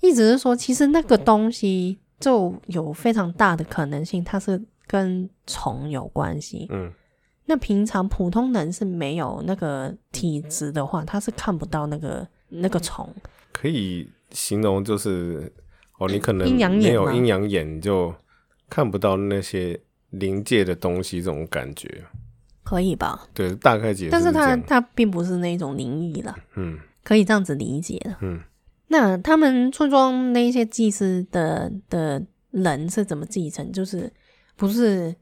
[SPEAKER 1] 意思是说，其实那个东西就有非常大的可能性，它是跟虫有关系。
[SPEAKER 2] 嗯，
[SPEAKER 1] 那平常普通人是没有那个体质的话，他是看不到那个那
[SPEAKER 2] 嗯
[SPEAKER 1] 个虫。
[SPEAKER 2] 可以形容就是，哦，你可能
[SPEAKER 1] 阴阳眼
[SPEAKER 2] 没有
[SPEAKER 1] 吗
[SPEAKER 2] 阴阳眼，你就看不到那些临界的东西，这种感觉。
[SPEAKER 1] 可以吧？
[SPEAKER 2] 对，大概解释
[SPEAKER 1] 但
[SPEAKER 2] 是
[SPEAKER 1] 是
[SPEAKER 2] 这
[SPEAKER 1] 它
[SPEAKER 2] 样。
[SPEAKER 1] 它并不是那种灵异了，
[SPEAKER 2] 嗯
[SPEAKER 1] 可以这样子理解的。
[SPEAKER 2] 嗯，
[SPEAKER 1] 那他们村庄那一些祭司的的人是怎么继承？就是不是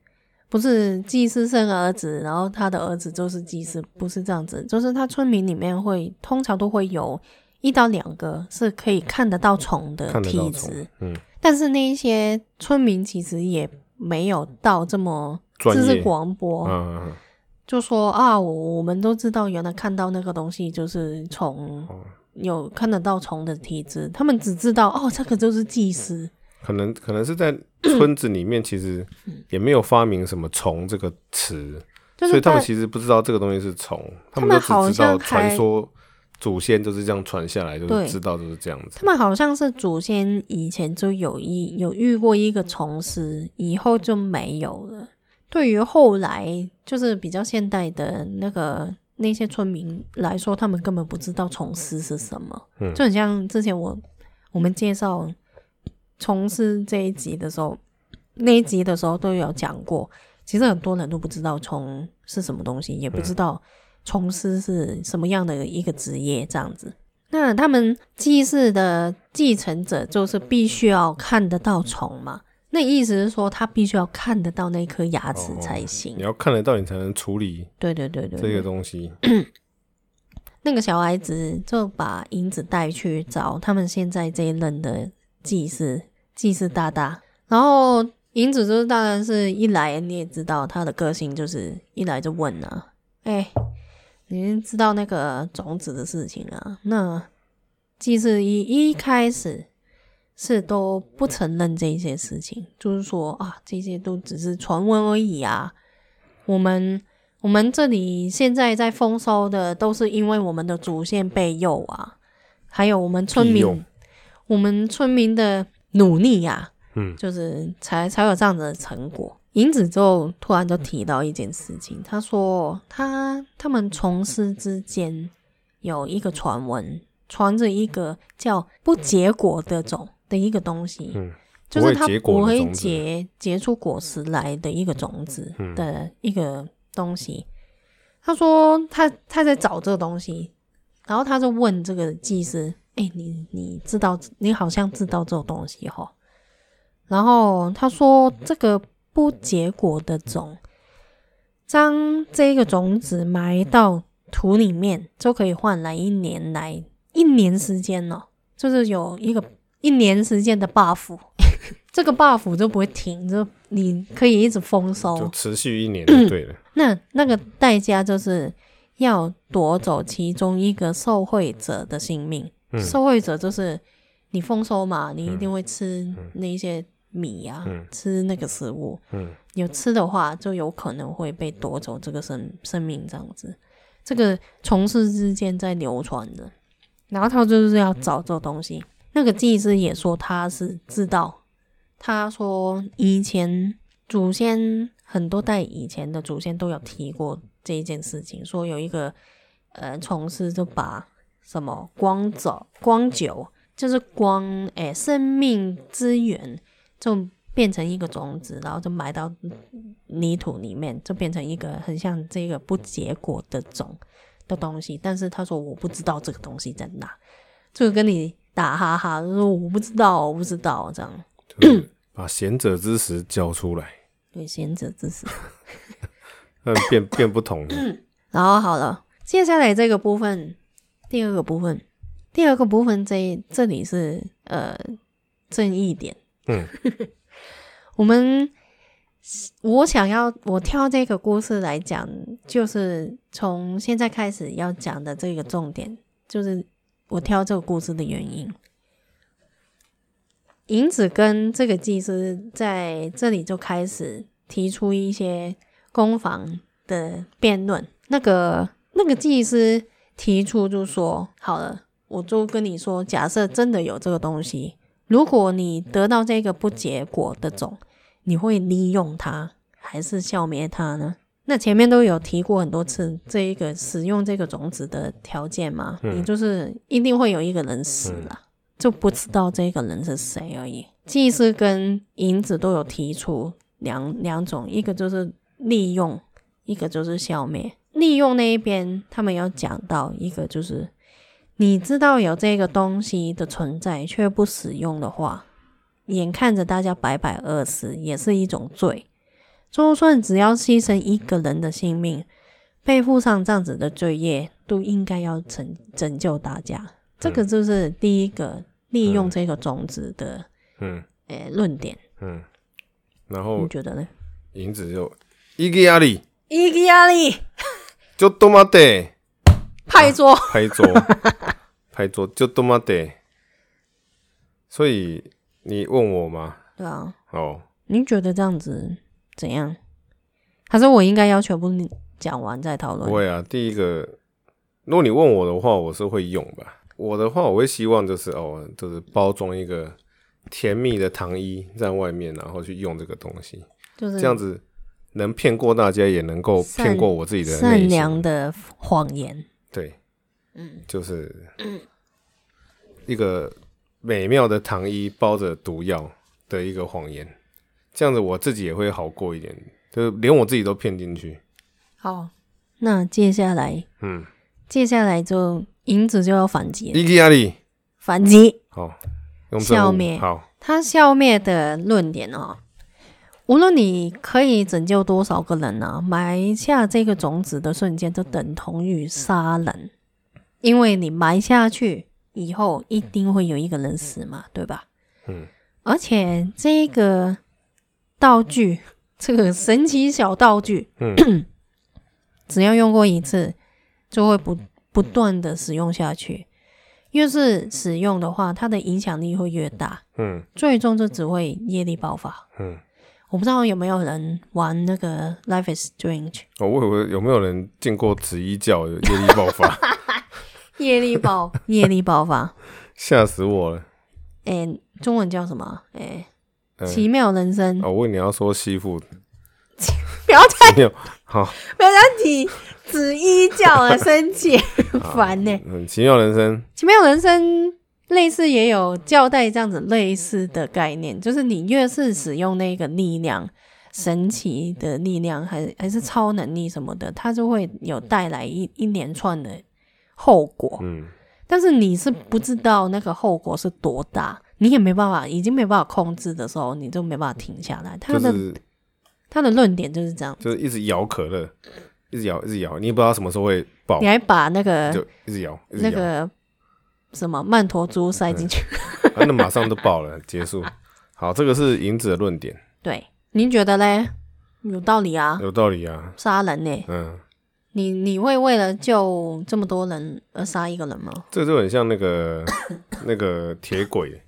[SPEAKER 1] 不是祭司生儿子，然后他的儿子就是祭司，不是这样子。就是他村民里面会通常都会有一到两个是可以看得到虫的
[SPEAKER 2] 看得
[SPEAKER 1] 体
[SPEAKER 2] 到虫
[SPEAKER 1] 质，，
[SPEAKER 2] 嗯，
[SPEAKER 1] 但是那一些村民其实也没有到这么
[SPEAKER 2] 专
[SPEAKER 1] 知识
[SPEAKER 2] 业，
[SPEAKER 1] 广博，
[SPEAKER 2] 嗯，
[SPEAKER 1] 就说啊，我我们都知道，原来看到那个东西就是虫，
[SPEAKER 2] 哦
[SPEAKER 1] 有看得到虫的体质，他们只知道哦，这个就是祭司，
[SPEAKER 2] 可能可能是在村子里面，其实
[SPEAKER 1] 嗯
[SPEAKER 2] 也没有发明什么“虫”这个词，
[SPEAKER 1] 就
[SPEAKER 2] 所
[SPEAKER 1] 是
[SPEAKER 2] 以他们
[SPEAKER 1] 他
[SPEAKER 2] 其实不知道这个东西是虫，
[SPEAKER 1] 他
[SPEAKER 2] 他
[SPEAKER 1] 们
[SPEAKER 2] 们都
[SPEAKER 1] 好
[SPEAKER 2] 只知
[SPEAKER 1] 像
[SPEAKER 2] 道
[SPEAKER 1] 还
[SPEAKER 2] 传说祖先就是这样传下来，就
[SPEAKER 1] 对
[SPEAKER 2] 是知道就是这样子
[SPEAKER 1] 他。们好像是祖先以前就有一有遇过一个虫师，以后就没有了。对于后来就是比较现代的那个那些村民来说，他们根本不知道虫师是什么，
[SPEAKER 2] 嗯
[SPEAKER 1] 就很像之前我我们介绍虫师这一集的时候，那一集的时候都有讲过，其实很多人都不知道虫是什么东西，
[SPEAKER 2] 嗯
[SPEAKER 1] 也不知道虫师是什么样的一个职业，这样子。那他们祭祀的继承者就是必须要看得到虫嘛？那意思是说，他必须要看得到那颗牙齿才行。
[SPEAKER 2] 你要看得到，你才能处理
[SPEAKER 1] 对对对对
[SPEAKER 2] 哦这个
[SPEAKER 1] 对，
[SPEAKER 2] 东西。
[SPEAKER 1] 那个小孩子就把银子带去找他们现在这一任的祭司，祭司大大。然后银子就是当然是一来你也知道他的个性就是一来就问啊，哎、你知道那个种子的事情啊？那祭司一一开始是都不承认这一些事情，就是说啊，这些都只是传闻而已啊。我们我们这里现在在丰收的，都是因为我们的祖先被诱啊，还有我们村
[SPEAKER 2] 庇佑
[SPEAKER 1] 民，我们村民的努力啊呀、
[SPEAKER 2] 嗯
[SPEAKER 1] 就是才才有这样子的成果。银子就突然就提到一件事情，他说他他们从师之间有一个传闻，传着一个叫不结果的种的一个东西，
[SPEAKER 2] 嗯，
[SPEAKER 1] 就
[SPEAKER 2] 不
[SPEAKER 1] 是
[SPEAKER 2] 会
[SPEAKER 1] 它
[SPEAKER 2] 结
[SPEAKER 1] 不
[SPEAKER 2] 果的
[SPEAKER 1] 会
[SPEAKER 2] 种子
[SPEAKER 1] 结结出果实来的一个种子
[SPEAKER 2] 嗯
[SPEAKER 1] 的一个东西。他说他他在找这个东西，然后他就问这个技师：“哎、你你知道你好像知道这种东西哈？”然后他说：“这个不结果的种将这个种子埋到土里面，就可以换来一年来一年时间哦，就是有一个一年时间的 buff，这个 buff 就不会停，就你可以一直丰
[SPEAKER 2] 就
[SPEAKER 1] 收。
[SPEAKER 2] 持续一年
[SPEAKER 1] 哦
[SPEAKER 2] 就对了。
[SPEAKER 1] 那那个代价就是要夺走其中一个受惠者的性命。
[SPEAKER 2] 嗯
[SPEAKER 1] 受惠者就是你丰收嘛，你一定会吃那些米啊，
[SPEAKER 2] 嗯
[SPEAKER 1] 吃那个食物。
[SPEAKER 2] 嗯，
[SPEAKER 1] 有吃的话，就有可能会被夺走这个生生命，这样子。这个从事之间在流传的，然后他就是要找这东西。那个祭司也说他是知道，他说以前祖先很多代以前的祖先都有提过这一件事情，说有一个呃从事就把什么光照光酒，就是光诶、生命之源就变成一个种子，然后就埋到泥土里面，就变成一个很像这个不结果的种的东西。但是他说我不知道这个东西在哪，就跟你打哈哈，就说我不知道，我不知道这样。
[SPEAKER 2] 就是把贤者之石交出来，
[SPEAKER 1] 对，贤者之石。
[SPEAKER 2] 那变变不同了。
[SPEAKER 1] 然后好了，接下来这个部分，第二个部分，第二个部分这一这里是呃正义点。
[SPEAKER 2] 嗯，
[SPEAKER 1] 我们我想要我挑这个故事来讲，就是从现在开始要讲的这个重点，就是我挑这个故事的原因。银子跟这个技师在这里就开始提出一些攻防的辩论。那个那个技师提出就说：“好了，我就跟你说，假设真的有这个东西，如果你得到这个不结果的种，你会利用它还是消灭它呢？”那前面都有提过很多次，这一个使用这个种子的条件嘛，
[SPEAKER 2] 嗯
[SPEAKER 1] 你就是一定会有一个人死了，就不知道这个人是谁而已。技师跟银子都有提出两两种，一个就是利用一个就是消灭。利用那一边，他们有讲到一个就是，你知道有这个东西的存在却不使用的话，眼看着大家白白饿死也是一种罪。就算只要牺牲一个人的性命，背负上这样子的罪业，都应该要拯拯救大家。这个就是第一个利用这个种子的
[SPEAKER 2] 嗯
[SPEAKER 1] 呃论点，
[SPEAKER 2] 嗯，然
[SPEAKER 1] 你
[SPEAKER 2] 后
[SPEAKER 1] 觉得呢？
[SPEAKER 2] 银子就一个压力
[SPEAKER 1] 伊基亚利
[SPEAKER 2] 就多么得
[SPEAKER 1] 拍桌，
[SPEAKER 2] 拍桌拍桌就多么得。所以你问我吗？
[SPEAKER 1] 对啊，
[SPEAKER 2] 哦，
[SPEAKER 1] 你觉得这样子怎样？还是我应该要全部讲完再讨
[SPEAKER 2] 不
[SPEAKER 1] 论？
[SPEAKER 2] 会啊。第一个，如果你问我的话，我是会用吧。我的话，我会希望就是哦，就是包装一个甜蜜的糖衣在外面，然后去用这个东西，
[SPEAKER 1] 就是
[SPEAKER 2] 这样子能骗过大家，也能够
[SPEAKER 1] 善
[SPEAKER 2] 骗过我自己的内
[SPEAKER 1] 善
[SPEAKER 2] 心
[SPEAKER 1] 良的谎言。
[SPEAKER 2] 对，嗯，就是一个美妙的糖衣包着毒药的一个谎言，这样子我自己也会好过一点，就是连我自己都骗进去。
[SPEAKER 1] 好，那接下来，
[SPEAKER 2] 嗯，
[SPEAKER 1] 接下来就银子就要反击了，
[SPEAKER 2] 伊基亚利，
[SPEAKER 1] 反击
[SPEAKER 2] 好，用这
[SPEAKER 1] 嗯消
[SPEAKER 2] 个
[SPEAKER 1] 灭
[SPEAKER 2] 物好，
[SPEAKER 1] 他消灭的论点哦。无论你可以拯救多少个人啊，埋下这个种子的瞬间，就等同于杀人，因为你埋下去以后，一定会有一个人死嘛，对吧？
[SPEAKER 2] 嗯，
[SPEAKER 1] 而且这个道具， 这个神奇小道具，
[SPEAKER 2] 嗯
[SPEAKER 1] 只要用过一次，就会不不断的使用下去。越是使用的话，它的影响力会越大，
[SPEAKER 2] 嗯
[SPEAKER 1] 最终就只会业力爆发。
[SPEAKER 2] 嗯，
[SPEAKER 1] 我不知道有没有人玩那个《Life is Strange
[SPEAKER 2] 哦，我以为有没有人进过紫衣教业力爆 发，》，
[SPEAKER 1] 业力 爆，业力爆发。
[SPEAKER 2] 吓死我了。
[SPEAKER 1] 诶、中文叫什么啊？诶、
[SPEAKER 2] 嗯
[SPEAKER 1] 奇妙人生。
[SPEAKER 2] 哦，我以为你要说西服，
[SPEAKER 1] 不要再
[SPEAKER 2] 没有， 好，
[SPEAKER 1] 不要再提紫衣教了，生 气，很烦呢、
[SPEAKER 2] 嗯，奇妙人生，
[SPEAKER 1] 奇妙人生类似也有教代这样子类似的概念，就是你越是使用那个力量，神奇的力量，还还是超能力什么的，它就会有带来一一连串的后果。
[SPEAKER 2] 嗯
[SPEAKER 1] 但是你是不知道那个后果是多大，你也没办法，已经没办法控制的时候，你就没办法停下来。它
[SPEAKER 2] 就
[SPEAKER 1] 的
[SPEAKER 2] 是
[SPEAKER 1] 他的论点就是这样，
[SPEAKER 2] 就是一直摇可乐，一直摇，一直摇，你也不知道什么时候会爆
[SPEAKER 1] 你，还把那
[SPEAKER 2] 哦就
[SPEAKER 1] 个
[SPEAKER 2] 一直摇，一直
[SPEAKER 1] 那
[SPEAKER 2] 摇，
[SPEAKER 1] 个什么曼陀珠塞进去。
[SPEAKER 2] 啊那马上就爆了， 结束。好，这个是银子的论点，
[SPEAKER 1] 对，您觉得嘞？有道理啊，
[SPEAKER 2] 有道理啊。
[SPEAKER 1] 杀人呢、
[SPEAKER 2] 嗯，
[SPEAKER 1] 你你会为了救这么多人而杀一个人吗？
[SPEAKER 2] 这就很像那个那个铁轨，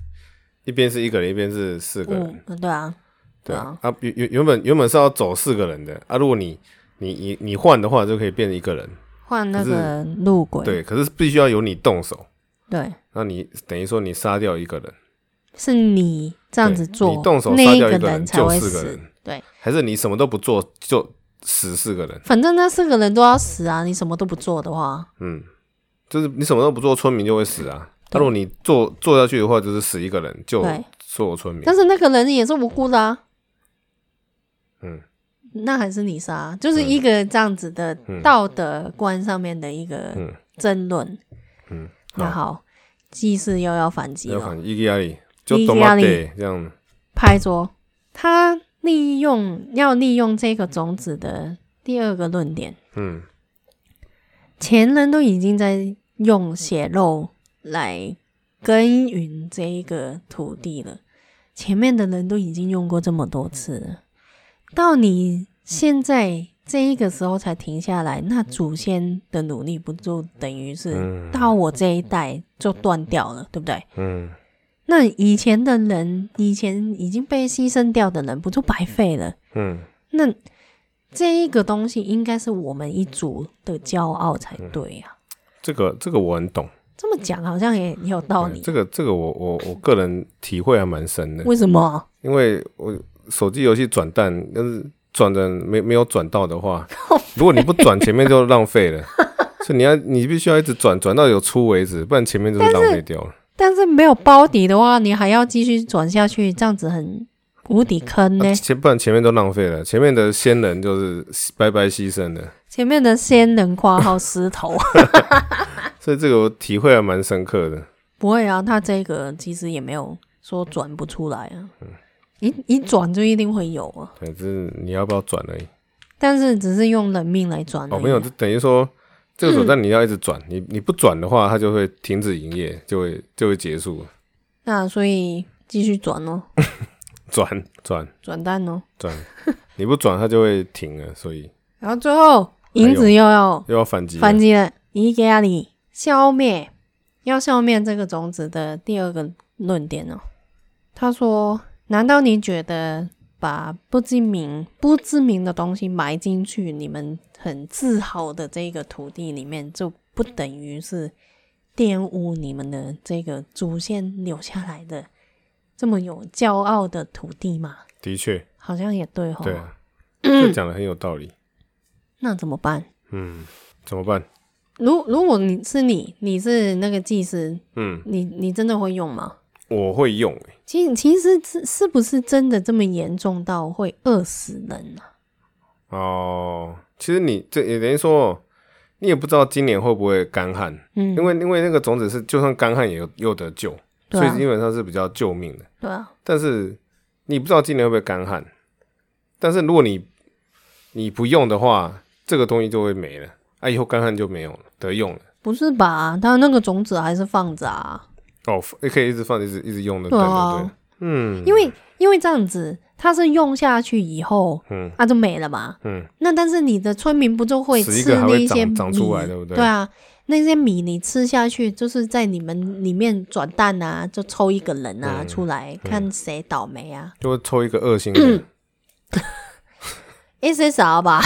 [SPEAKER 2] 一边是一个人，一边是四个人。
[SPEAKER 1] 嗯，呃对啊，
[SPEAKER 2] 对
[SPEAKER 1] 啊
[SPEAKER 2] 啊，啊原原原本原本是要走四个人的啊，如果你你你你换的话，就可以变成一个人。
[SPEAKER 1] 换那
[SPEAKER 2] 可是
[SPEAKER 1] 个路轨，
[SPEAKER 2] 对，可是必须要由你动手，
[SPEAKER 1] 对
[SPEAKER 2] 那你等于说你杀掉一个人，
[SPEAKER 1] 是你这样子
[SPEAKER 2] 对
[SPEAKER 1] 做，
[SPEAKER 2] 你动手
[SPEAKER 1] 那
[SPEAKER 2] 杀
[SPEAKER 1] 一
[SPEAKER 2] 掉一
[SPEAKER 1] 个
[SPEAKER 2] 个人
[SPEAKER 1] 人才会
[SPEAKER 2] 就四个
[SPEAKER 1] 死
[SPEAKER 2] 人。
[SPEAKER 1] 对，
[SPEAKER 2] 还是你什么都不做就死四个人？
[SPEAKER 1] 反正那四个人都要死啊！你什么都不做的话，
[SPEAKER 2] 嗯，就是你什么都不做，村民就会死啊。那如果你做做下去的话，就是死一个人，就
[SPEAKER 1] 对
[SPEAKER 2] 所有村民。
[SPEAKER 1] 但是那个人也是无辜的啊。
[SPEAKER 2] 嗯，
[SPEAKER 1] 那还是你杀，啊就是一个这样子的
[SPEAKER 2] 嗯
[SPEAKER 1] 道德观上面的一个
[SPEAKER 2] 嗯
[SPEAKER 1] 争论。
[SPEAKER 2] 嗯，
[SPEAKER 1] 那好，祭祀又要反击
[SPEAKER 2] 要
[SPEAKER 1] 了，
[SPEAKER 2] 反伊利亚里就
[SPEAKER 1] Iggy
[SPEAKER 2] 懂
[SPEAKER 1] Azalea
[SPEAKER 2] 对这样，
[SPEAKER 1] 拍桌。他利用要利用这个种子的第二个论点，
[SPEAKER 2] 嗯
[SPEAKER 1] 前人都已经在用血肉来耕耘这一个土地了，前面的人都已经用过这么多次了，到你现在这一个时候才停下来，那祖先的努力不就等于是
[SPEAKER 2] 嗯
[SPEAKER 1] 到我这一代就断掉了，对不对？
[SPEAKER 2] 嗯
[SPEAKER 1] 那以前的人，以前已经被牺牲掉的人，不就白费了？
[SPEAKER 2] 嗯
[SPEAKER 1] 那这一个东西应该是我们一族的骄傲才对啊。
[SPEAKER 2] 这个这个我很懂，
[SPEAKER 1] 这么讲好像也也有道
[SPEAKER 2] 嗯对
[SPEAKER 1] 理。
[SPEAKER 2] 这个这个我我我个人体会还蛮深的，
[SPEAKER 1] 为什么？
[SPEAKER 2] 因为我手机游戏转蛋，但是转的没没有转到的话，如果你不转，前面就浪费了。 所以你要你必须要一直转，转到有出为止，不然前面就是浪费掉了。
[SPEAKER 1] 但是没有包底的话，你还要继续转下去，这样子很无底坑呢。
[SPEAKER 2] 啊前不然前面都浪费了，前面的先人就是白白牺牲了。
[SPEAKER 1] 前面的仙人括号石头，
[SPEAKER 2] 所以这个我体会还蛮深刻的。
[SPEAKER 1] 不会啊，他这个其实也没有说转不出来啊。
[SPEAKER 2] 嗯
[SPEAKER 1] 一一转就一定会有啊，
[SPEAKER 2] 对，就是你要不要转而已。
[SPEAKER 1] 但是只是用人命来转而已啊。
[SPEAKER 2] 哦，没有，就等于说这个手段你要一直转，你你不转的话，它就会停止营业，就会就会结束。
[SPEAKER 1] 那所以继续转哦，
[SPEAKER 2] 转转
[SPEAKER 1] 转蛋哦。
[SPEAKER 2] 转，你不转它就会停了，所以
[SPEAKER 1] 然后最
[SPEAKER 2] 哎
[SPEAKER 1] 后银子又要
[SPEAKER 2] 又要反击了。
[SPEAKER 1] 反击了，伊给阿里消灭，要消灭这个种子的第二个论点哦。他说：“难道你觉得把不知名、不知名的东西埋进去你们很自豪的这个土地里面，就不等于是玷污你们的这个祖先留下来的这么有骄傲的土地吗？
[SPEAKER 2] 的确，
[SPEAKER 1] 好像也对吼。
[SPEAKER 2] 对啊，
[SPEAKER 1] 嗯
[SPEAKER 2] 这讲的很有道理。
[SPEAKER 1] 那怎么办？
[SPEAKER 2] 嗯，怎么办？
[SPEAKER 1] 如如果你是你，你是那个祭司，
[SPEAKER 2] 嗯，
[SPEAKER 1] 你你真的会用吗？
[SPEAKER 2] 我会用、欸
[SPEAKER 1] 其实其实是是不是真的这么严重到会饿死人啊？
[SPEAKER 2] 哦。其实你这也等于说，你也不知道今年会不会干旱，
[SPEAKER 1] 嗯，
[SPEAKER 2] 因为因为那个种子是就算干旱也有又得救，
[SPEAKER 1] 对
[SPEAKER 2] 所
[SPEAKER 1] 啊
[SPEAKER 2] 以基本上是比较救命的。
[SPEAKER 1] 对啊，
[SPEAKER 2] 但是你不知道今年会不会干旱，但是如果你你不用的话，这个东西就会没了，啊，以后干旱就没有了，得用了。
[SPEAKER 1] 不是吧？他那个种子还是放着啊，
[SPEAKER 2] 哦，也可以一直放，一直一直用的，对
[SPEAKER 1] 对
[SPEAKER 2] 对
[SPEAKER 1] 啊
[SPEAKER 2] 对，嗯，
[SPEAKER 1] 因为因为这样子，它是用下去以后，
[SPEAKER 2] 嗯
[SPEAKER 1] 啊就没了嘛。
[SPEAKER 2] 嗯，
[SPEAKER 1] 那但是你的村民不就会
[SPEAKER 2] 死一
[SPEAKER 1] 吃
[SPEAKER 2] 个还
[SPEAKER 1] 那
[SPEAKER 2] 会
[SPEAKER 1] 一
[SPEAKER 2] 长
[SPEAKER 1] 些米，
[SPEAKER 2] 长出来对不对
[SPEAKER 1] 啊，那些米你吃下去，就是在你们里面转蛋啊，就抽一个人啊、
[SPEAKER 2] 嗯
[SPEAKER 1] 出来，看谁倒霉啊。
[SPEAKER 2] 就会抽一个恶 性的，
[SPEAKER 1] A 谁少 吧，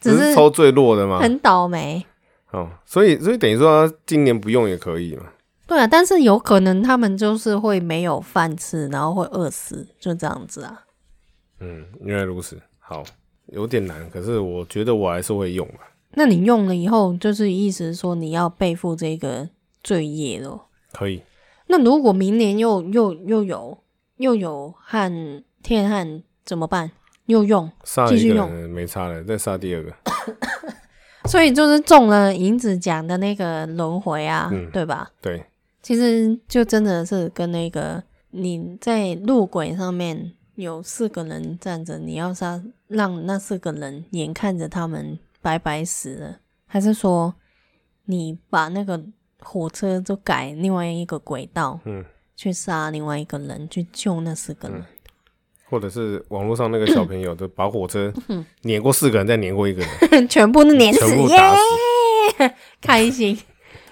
[SPEAKER 1] 只
[SPEAKER 2] 只是抽最弱的嘛。
[SPEAKER 1] 很倒霉。
[SPEAKER 2] 哦，所以所以等于说他今年不用也可以嘛。
[SPEAKER 1] 对啊，但是有可能他们就是会没有饭吃，然后会饿死，就这样子啊。
[SPEAKER 2] 嗯，原来如此。好，有点难，可是我觉得我还是会用吧。
[SPEAKER 1] 那你用了以后，就是意思说你要背负这个罪业咯。
[SPEAKER 2] 可以，
[SPEAKER 1] 那如果明年又又又有又有旱天旱怎么办？又用，
[SPEAKER 2] 杀了一
[SPEAKER 1] 继续
[SPEAKER 2] 个
[SPEAKER 1] 用
[SPEAKER 2] 人没差了，再杀第二个。
[SPEAKER 1] 所以就是中了银子讲的那个轮回啊，
[SPEAKER 2] 嗯
[SPEAKER 1] 对吧？
[SPEAKER 2] 对，
[SPEAKER 1] 其实就真的是跟那个你在路轨上面有四个人站着，你要杀让那四个人眼看着他们白白死了，还是说你把那个火车就改另外一个轨道
[SPEAKER 2] 嗯，
[SPEAKER 1] 去杀另外一个人，去救那四个人？
[SPEAKER 2] 或者是网络上那个小 朋友，就把火车碾过四个人，再碾过一个人，
[SPEAKER 1] 全部都嗯碾死
[SPEAKER 2] 全部
[SPEAKER 1] 耶
[SPEAKER 2] 打死。
[SPEAKER 1] 开心，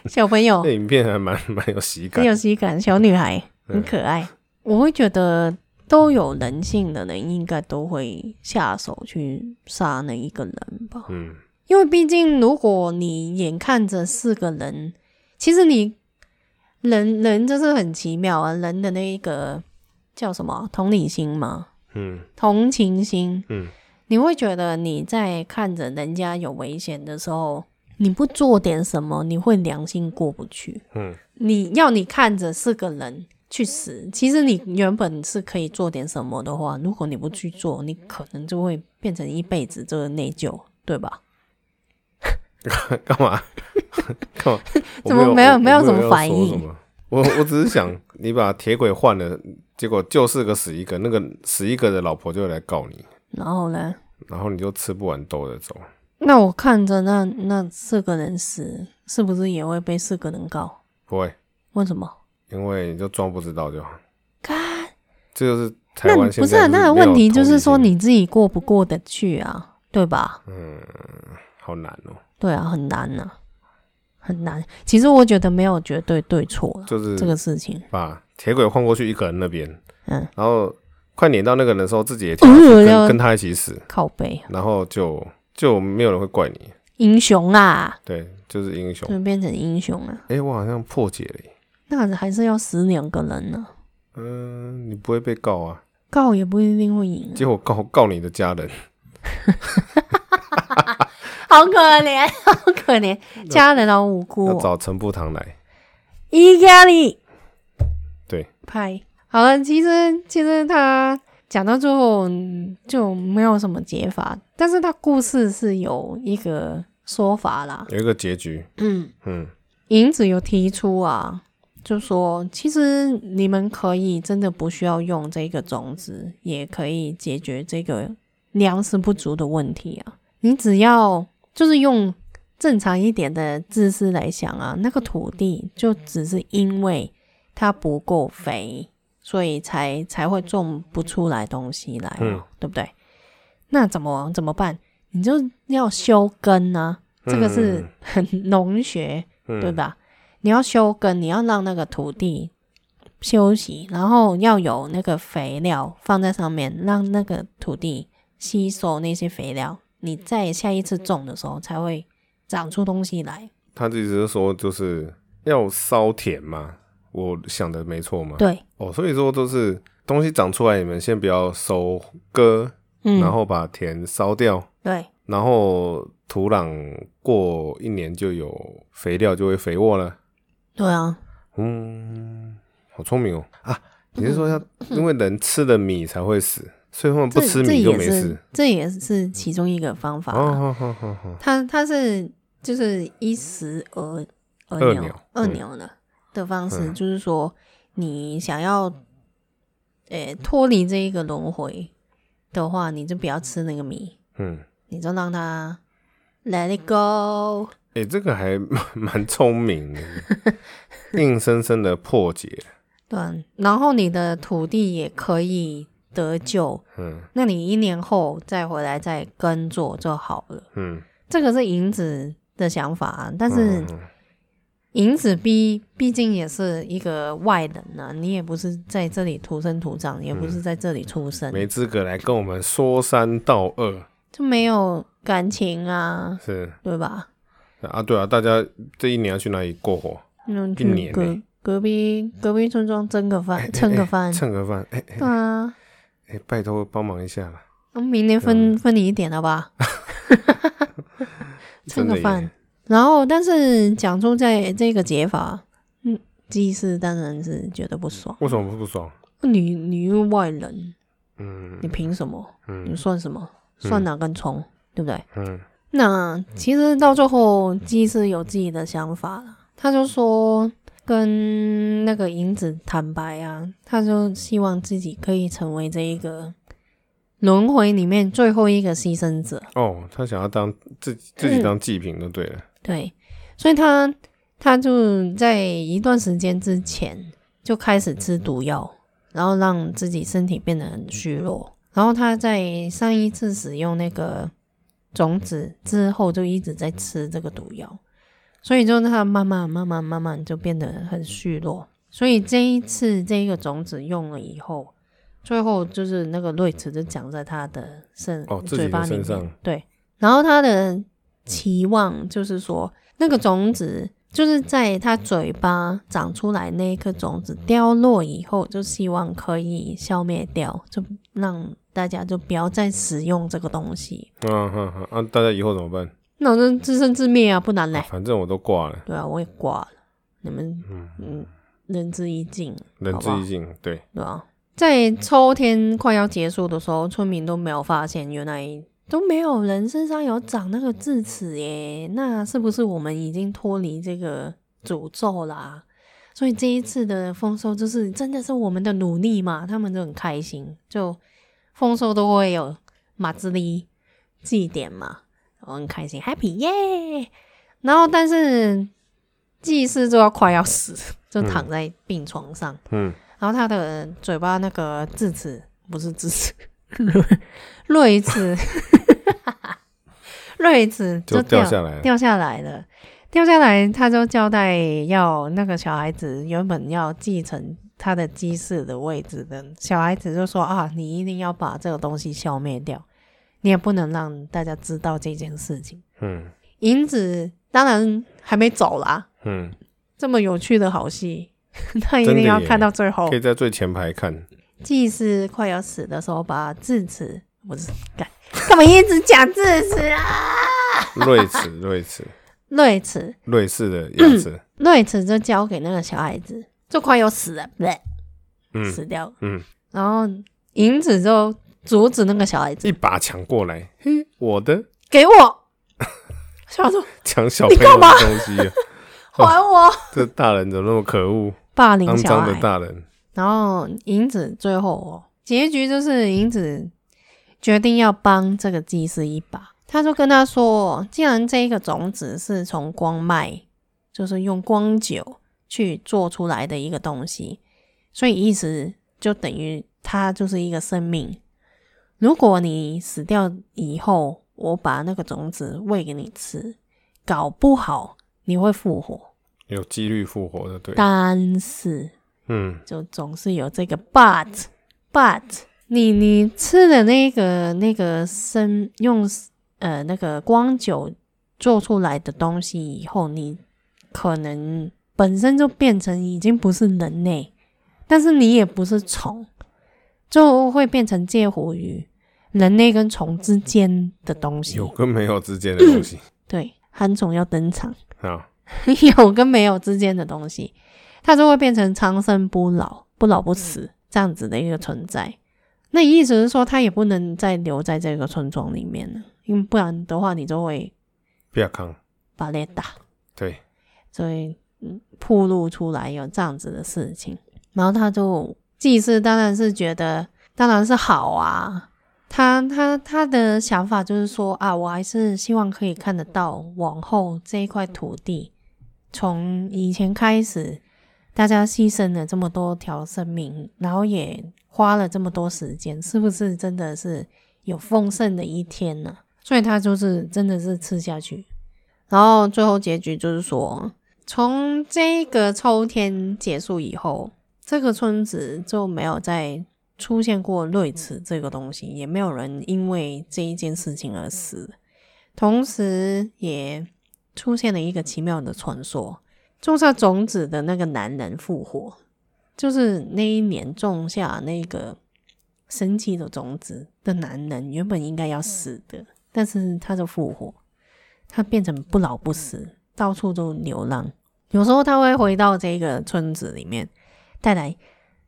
[SPEAKER 1] 小朋友
[SPEAKER 2] 那影片还蛮蛮有喜
[SPEAKER 1] 很
[SPEAKER 2] 感
[SPEAKER 1] 有。喜感，小女孩很可爱。我会觉得都有人性的人，应该都会下手去杀那一个人吧。
[SPEAKER 2] 嗯，
[SPEAKER 1] 因为毕竟，如果你眼看着四个人，其实你人人就是很奇妙啊，人的那一个叫什么啊同理心嘛，
[SPEAKER 2] 嗯
[SPEAKER 1] 同情心，
[SPEAKER 2] 嗯，
[SPEAKER 1] 你会觉得你在看着人家有危险的时候，你不做点什么，你会良心过不去。
[SPEAKER 2] 嗯，
[SPEAKER 1] 你要你看着四个人去死，其实你原本是可以做点什么的话，如果你不去做，你可能就会变成一辈子这个内疚，对吧？
[SPEAKER 2] 干嘛？ 干嘛？我
[SPEAKER 1] 怎么没
[SPEAKER 2] 没
[SPEAKER 1] 有
[SPEAKER 2] 我
[SPEAKER 1] 没
[SPEAKER 2] 没
[SPEAKER 1] 有
[SPEAKER 2] 有
[SPEAKER 1] 什么反
[SPEAKER 2] 说
[SPEAKER 1] 应
[SPEAKER 2] 什么？我我只是想，你把铁轨换了，结果就四个死一个，那个死一个的老婆就会来告你，
[SPEAKER 1] 然后呢？
[SPEAKER 2] 然后你就吃不完兜着走。
[SPEAKER 1] 那我看着那那四个人死，是不是也会被四个人告？
[SPEAKER 2] 不会，
[SPEAKER 1] 为什么？
[SPEAKER 2] 因为你就装不知道就好。
[SPEAKER 1] 看，
[SPEAKER 2] 这就是台
[SPEAKER 1] 那
[SPEAKER 2] 湾
[SPEAKER 1] 不
[SPEAKER 2] 现
[SPEAKER 1] 是
[SPEAKER 2] 在
[SPEAKER 1] 啊那
[SPEAKER 2] 没有
[SPEAKER 1] 个问题，就
[SPEAKER 2] 同
[SPEAKER 1] 是
[SPEAKER 2] 理
[SPEAKER 1] 说
[SPEAKER 2] 心
[SPEAKER 1] 你自己过不过得去啊，对吧？
[SPEAKER 2] 好难哦、
[SPEAKER 1] 对啊，很难呐、很难。其实我觉得没有绝对对错了，
[SPEAKER 2] 就是
[SPEAKER 1] 这个事情，
[SPEAKER 2] 把铁轨换过去一个人那边，
[SPEAKER 1] 嗯，
[SPEAKER 2] 然后快碾到那个人的时候，自己也跳下去
[SPEAKER 1] 呃要
[SPEAKER 2] 跟跟他一起死，
[SPEAKER 1] 靠背
[SPEAKER 2] 然后就就没有人会怪你，
[SPEAKER 1] 英雄啊，
[SPEAKER 2] 对，就是英雄
[SPEAKER 1] 怎。么变成英雄啊？
[SPEAKER 2] 哎、我好像破解了耶，
[SPEAKER 1] 那还是要死两个人呢、
[SPEAKER 2] 嗯、你不会被告啊，
[SPEAKER 1] 告也不一定会赢啊、
[SPEAKER 2] 结果告 告你的家人，
[SPEAKER 1] 好可怜，好可怜，家人好无辜、
[SPEAKER 2] 要
[SPEAKER 1] 哦。
[SPEAKER 2] 找陈步堂来，
[SPEAKER 1] 意大利，
[SPEAKER 2] 对，
[SPEAKER 1] 拍好了。其实其实他讲到最后嗯就没有什么解法，但是他故事是有一个说法啦。
[SPEAKER 2] 有一个结局，
[SPEAKER 1] 嗯，
[SPEAKER 2] 嗯
[SPEAKER 1] 银子有提出啊，就说其实你们可以真的不需要用这个种子，也可以解决这个粮食不足的问题啊。你只要就是用正常一点的知识来想啊，那个土地就只是因为它不够肥，所以才才会种不出来东西来、啊，
[SPEAKER 2] 嗯
[SPEAKER 1] 对不对？那怎么怎么办？你就要修根啊，这个是
[SPEAKER 2] 嗯
[SPEAKER 1] 很 农学，
[SPEAKER 2] 嗯，
[SPEAKER 1] 对吧？你要休耕，你要让那个土地休息，然后要有那个肥料放在上面，让那个土地吸收那些肥料，你在下一次种的时候才会长出东西来。
[SPEAKER 2] 他的意思是说，就是要烧田嘛，我想的没错嘛，
[SPEAKER 1] 对，
[SPEAKER 2] 哦，所以说就是东西长出来，你们先不要收割，
[SPEAKER 1] 嗯，
[SPEAKER 2] 然后把田烧掉，
[SPEAKER 1] 对，
[SPEAKER 2] 然后土壤过一年就有肥料，就会肥沃了。
[SPEAKER 1] 对啊，
[SPEAKER 2] 嗯，好聪明哦啊！
[SPEAKER 1] 嗯
[SPEAKER 2] 你是说要因为人吃了米才会死，所以他们不
[SPEAKER 1] 这
[SPEAKER 2] 吃
[SPEAKER 1] 这
[SPEAKER 2] 米就
[SPEAKER 1] 也
[SPEAKER 2] 没事
[SPEAKER 1] 是？这也是其中一个方法
[SPEAKER 2] 哦，
[SPEAKER 1] 啦。
[SPEAKER 2] 好好好好，
[SPEAKER 1] 它它是就是一石而而
[SPEAKER 2] 二
[SPEAKER 1] 鸟
[SPEAKER 2] 鸟
[SPEAKER 1] 二
[SPEAKER 2] 嗯
[SPEAKER 1] 鸟的、的方式，
[SPEAKER 2] 嗯
[SPEAKER 1] 就是说你想要诶脱离这一个轮回的话，你就不要吃那个米，
[SPEAKER 2] 嗯，
[SPEAKER 1] 你就让它 let it go。
[SPEAKER 2] 哎、这个还 蛮蛮聪明的，硬生生的破解。
[SPEAKER 1] 对，啊然后你的土地也可以得救，
[SPEAKER 2] 嗯
[SPEAKER 1] 那你一年后再回来再耕作就好了。
[SPEAKER 2] 嗯，
[SPEAKER 1] 这个是银子的想法啊，但是
[SPEAKER 2] 嗯嗯
[SPEAKER 1] 银子毕毕竟也是一个外人呐、你也不是在这里土生土长，也不是在这里出生，
[SPEAKER 2] 嗯没资格来跟我们说三道二，
[SPEAKER 1] 就没有感情啊，
[SPEAKER 2] 是
[SPEAKER 1] 对吧？
[SPEAKER 2] 啊，对啊，大家这一年要去哪里过活？
[SPEAKER 1] 那
[SPEAKER 2] 一
[SPEAKER 1] 去
[SPEAKER 2] 年
[SPEAKER 1] 隔、
[SPEAKER 2] 欸
[SPEAKER 1] 隔壁隔壁村庄蒸个 饭，蹭个饭，
[SPEAKER 2] 蹭个饭，哎、
[SPEAKER 1] 对啊，
[SPEAKER 2] 哎、拜托帮忙一下啦，
[SPEAKER 1] 那明天
[SPEAKER 2] 嗯
[SPEAKER 1] 分分你一点了吧， 蹭
[SPEAKER 2] 真
[SPEAKER 1] 个
[SPEAKER 2] 的耶
[SPEAKER 1] 饭。然后，但是讲出这这个解法，嗯，祭司当然是觉得不爽，
[SPEAKER 2] 为什么不爽？
[SPEAKER 1] 你你又外人，
[SPEAKER 2] 嗯
[SPEAKER 1] 你凭什么？你
[SPEAKER 2] 嗯
[SPEAKER 1] 算什么？算哪根葱？对不对？
[SPEAKER 2] 嗯
[SPEAKER 1] 那其实到最后，鸡是有自己的想法了。他就说跟那个银子坦白啊，他就希望自己可以成为这一个轮回里面最后一个牺牲者。
[SPEAKER 2] 哦，他想要当自己自己当祭品就对了。
[SPEAKER 1] 对，所以他他就在一段时间之前就开始吃毒药，然后让自己身体变得很虚弱。然后他在上一次使用那个种子之后，就一直在吃这个毒药，所以就让他慢慢慢慢慢慢就变得很虚弱。所以这一次这个种子用了以后，最后就是那个瑞慈就长在他的身、
[SPEAKER 2] 哦自己
[SPEAKER 1] 嘴
[SPEAKER 2] 的
[SPEAKER 1] 巴里
[SPEAKER 2] 身
[SPEAKER 1] 面
[SPEAKER 2] 上
[SPEAKER 1] 对，然后他的期望就是说，那个种子就是在他嘴巴长出来那一颗种子掉落以后，就希望可以消灭掉，就让大家就不要再使用这个东西。
[SPEAKER 2] 嗯哼哼，啊，大家以后怎么办？
[SPEAKER 1] 那我就自生自灭啊，不然嘞
[SPEAKER 2] 啊？反正我都挂了，
[SPEAKER 1] 对啊，我也挂了，你们嗯，仁至义尽，
[SPEAKER 2] 仁
[SPEAKER 1] 好
[SPEAKER 2] 至
[SPEAKER 1] 不好
[SPEAKER 2] 义尽。对，
[SPEAKER 1] 对啊，在秋天快要结束的时候，村民都没有发现，原来都没有人身上有长那个智齿耶。那是不是我们已经脱离这个诅咒啦、所以这一次的丰收就是真的是我们的努力嘛，他们就很开心，就丰收都会有马自力祭典嘛，我很开心，happy 耶、然后但是祭司就要快要死，就躺在病床上。
[SPEAKER 2] 嗯，
[SPEAKER 1] 然后他的嘴巴那个智齿不是智齿，瑞齿，瑞齿
[SPEAKER 2] 就
[SPEAKER 1] 掉
[SPEAKER 2] 掉下来了。
[SPEAKER 1] 掉下来了，掉下来，他就交代要那个小孩子原本要继承他的鸡室的位置的小孩子就说啊，你一定要把这个东西消灭掉，你也不能让大家知道这件事情。
[SPEAKER 2] 嗯
[SPEAKER 1] 银子当然还没走啦，
[SPEAKER 2] 嗯，
[SPEAKER 1] 这么有趣的好戏，他一
[SPEAKER 2] 真的
[SPEAKER 1] 定要
[SPEAKER 2] 耶
[SPEAKER 1] 看到最后
[SPEAKER 2] 可。以在最前排看。
[SPEAKER 1] 祭司快要死的时候，把智齿不是干干嘛一直讲智齿 啊？
[SPEAKER 2] 瑞 齿，瑞齿，
[SPEAKER 1] 瑞齿，
[SPEAKER 2] 瑞士的牙齿。
[SPEAKER 1] 瑞齿就交给那个小孩子，就快要死了，不对，
[SPEAKER 2] 嗯
[SPEAKER 1] 死掉了。
[SPEAKER 2] 嗯，
[SPEAKER 1] 然后银子就阻止那个小孩子
[SPEAKER 2] 一把抢过来，嘿，我的
[SPEAKER 1] 给我，小孩说
[SPEAKER 2] 抢小朋友的东西 啊、
[SPEAKER 1] 还我，
[SPEAKER 2] 这大人怎么那么可恶？
[SPEAKER 1] 霸凌
[SPEAKER 2] 肮
[SPEAKER 1] 小
[SPEAKER 2] 脏的
[SPEAKER 1] 孩。
[SPEAKER 2] 大人。
[SPEAKER 1] 然后银子最后哦，结局就是银子决定要帮这个祭司一把，他就跟他说，既然这个种子是从光脉，就是用光酒去做出来的一个东西，所以意思就等于它就是一个生命。如果你死掉以后，我把那个种子喂给你吃，搞不好你会复活，
[SPEAKER 2] 有几率复活的，对，
[SPEAKER 1] 但是
[SPEAKER 2] 嗯，
[SPEAKER 1] 就总是有这个 but but 你你吃的那个那个生用呃那个光酒做出来的东西以后，你可能本身就变成已经不是人类，但是你也不是虫，就会变成介乎于人类跟虫之间的东西
[SPEAKER 2] 有。跟没有之间的 东西
[SPEAKER 1] 对，寒虫要登场。
[SPEAKER 2] 啊，
[SPEAKER 1] 有跟没有之间的东西，它就会变成长生不老、不老不死这样子的一个存在。那意思是说，它也不能再留在这个村庄里面了，因为不然的话，你就会
[SPEAKER 2] 不要扛，
[SPEAKER 1] 把猎打，
[SPEAKER 2] 对，
[SPEAKER 1] 所以嗯，暴露出来有这样子的事情。然后他就祭司当然是觉得，当然是好啊。他他他的想法就是说啊，我还是希望可以看得到往后这一块土地，从以前开始，大家牺牲了这么多条生命，然后也花了这么多时间，是不是真的是有丰盛的一天呢、所以他就是真的是吃下去，然后最后结局就是说，从这个秋天结束以后，这个村子就没有再出现过瑞慈这个东西，也没有人因为这一件事情而死。同时，也出现了一个奇妙的传说：种下种子的那个男人复活，就是那一年种下那个神奇的种子的男人，原本应该要死的，但是他就复活。他变成不老不死，到处都流浪。有时候他会回到这个村子里面，带来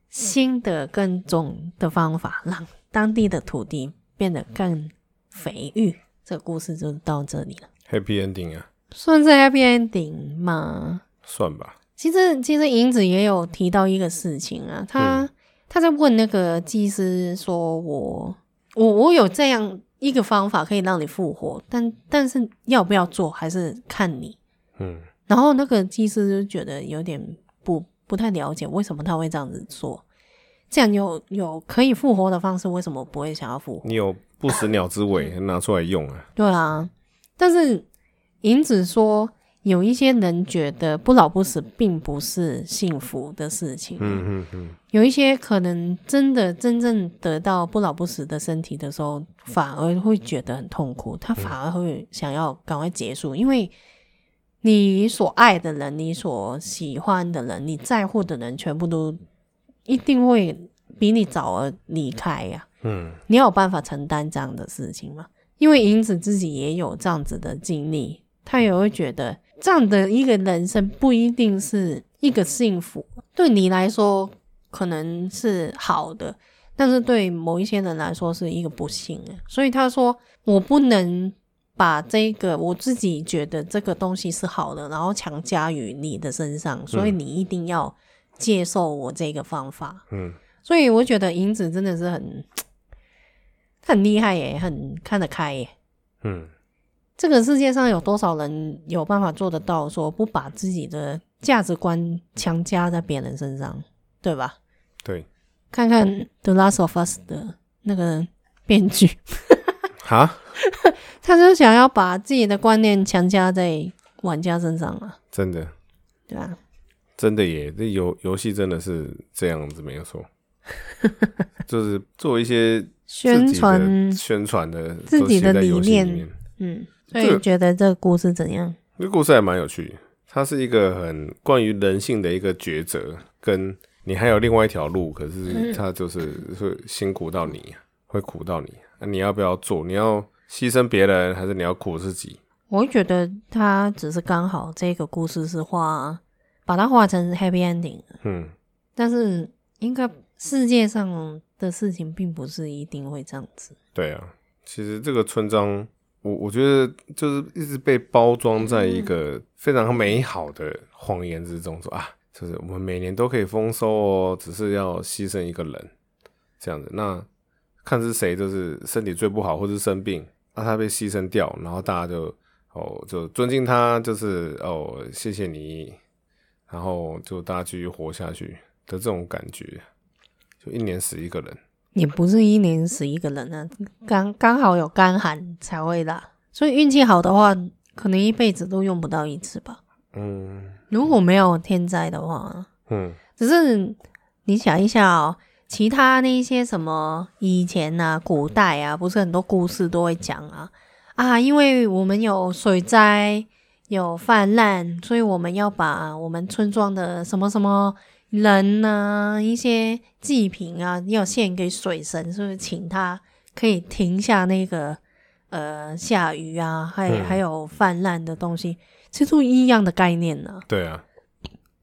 [SPEAKER 1] 新的耕种的方法，让当地的土地变得更肥育。这个故事就到这里了，
[SPEAKER 2] ，Happy Ending 啊，
[SPEAKER 1] 算是 happy ending 吗？
[SPEAKER 2] 算吧，
[SPEAKER 1] 其实，其实银子也有提到一个事情啊，他、他在问那个祭司说我：“我我我有这样一个方法可以让你复活，但但是要不要做还是看你。
[SPEAKER 2] 嗯，
[SPEAKER 1] 然后那个技师就觉得有点不不太了解为什么他会这样子做，这样有有可以复活的方式，为什么不会想要复活？
[SPEAKER 2] 你有不死鸟 之尾拿出来用啊？
[SPEAKER 1] 对啊，但是银子说，有一些人觉得不老不死并不是幸福的事情，
[SPEAKER 2] 嗯嗯嗯，
[SPEAKER 1] 有一些可能真的真正得到不老不死的身体的时候，反而会觉得很痛苦，他反而会想要赶快结束，因为你所爱的人、你所喜欢的人、你在乎的人，全部都一定会比你早而离开呀、
[SPEAKER 2] 嗯，
[SPEAKER 1] 你要有办法承担这样的事情吗？因为银子自己也有这样子的经历，她也会觉得这样的一个人生不一定是一个幸福，对你来说可能是好的，但是对某一些人来说是一个不幸啊。所以她说，我不能把这个我自己觉得这个东西是好的，然后强加于你的身上，所以你一定要接受我这个方法。
[SPEAKER 2] 嗯，
[SPEAKER 1] 所以我觉得银子真的是很很厉害耶，很看得开耶。
[SPEAKER 2] 嗯，
[SPEAKER 1] 这个世界上有多少人有办法做得到，说不把自己的价值观强加在别人身上，对吧？
[SPEAKER 2] 对，
[SPEAKER 1] 看看《The Last of Us》的那个编剧，
[SPEAKER 2] 哈，
[SPEAKER 1] 他就想要把自己的观念强加在玩家身上啊，
[SPEAKER 2] 真的，
[SPEAKER 1] 对吧？
[SPEAKER 2] 真的耶，这游游戏真的是这样子，没 有错，就是做一些自
[SPEAKER 1] 宣
[SPEAKER 2] 己的
[SPEAKER 1] 传，
[SPEAKER 2] 宣传的都
[SPEAKER 1] 自己的
[SPEAKER 2] 写在游
[SPEAKER 1] 理
[SPEAKER 2] 戏
[SPEAKER 1] 念
[SPEAKER 2] 里面
[SPEAKER 1] 嗯，所
[SPEAKER 2] 这
[SPEAKER 1] 以
[SPEAKER 2] 个
[SPEAKER 1] 觉得这个故事怎样？
[SPEAKER 2] 这个故事还蛮有趣的，它是一个很关于人性的一个抉择，跟你还有另外一条路，可
[SPEAKER 1] 嗯
[SPEAKER 2] 是它就是会辛苦到你，会苦到你，啊、你要不要做？你要牺牲别人，还是你要苦自己？
[SPEAKER 1] 我觉得他只是刚好这个故事是画，把它画成 happy ending，
[SPEAKER 2] 嗯，
[SPEAKER 1] 但是应该世界上的事情并不是一定会这样子。
[SPEAKER 2] 对啊，其实这个村庄，我我觉得就是一直被包装在一个非常美好的谎言之中，说啊，就是我们每年都可以丰收哦，只是要牺牲一个人这样子。那看是谁就是身体最不好，或是生病，那、他被牺牲掉，然后大家就哦就尊敬他，就是哦谢谢你，然后就大家继续活下去的这种感觉，就一年死一个人。
[SPEAKER 1] 也不是一年死一个人啊，刚刚好有干旱才会啦。所以运气好的话，可能一辈子都用不到一次吧。
[SPEAKER 2] 嗯
[SPEAKER 1] 如果没有天灾的话，
[SPEAKER 2] 嗯
[SPEAKER 1] 只是你想一下哦，其他那一些什么以前啊、古代啊，不是很多故事都会讲啊啊，因为我们有水灾、有泛滥，所以我们要把我们村庄的什么什么人啊、一些祭品啊，要献给水神，是不是请他可以停下那个呃下雨啊，还、
[SPEAKER 2] 嗯
[SPEAKER 1] 还有泛滥的东西，其实都一样的概念呢、
[SPEAKER 2] 对啊。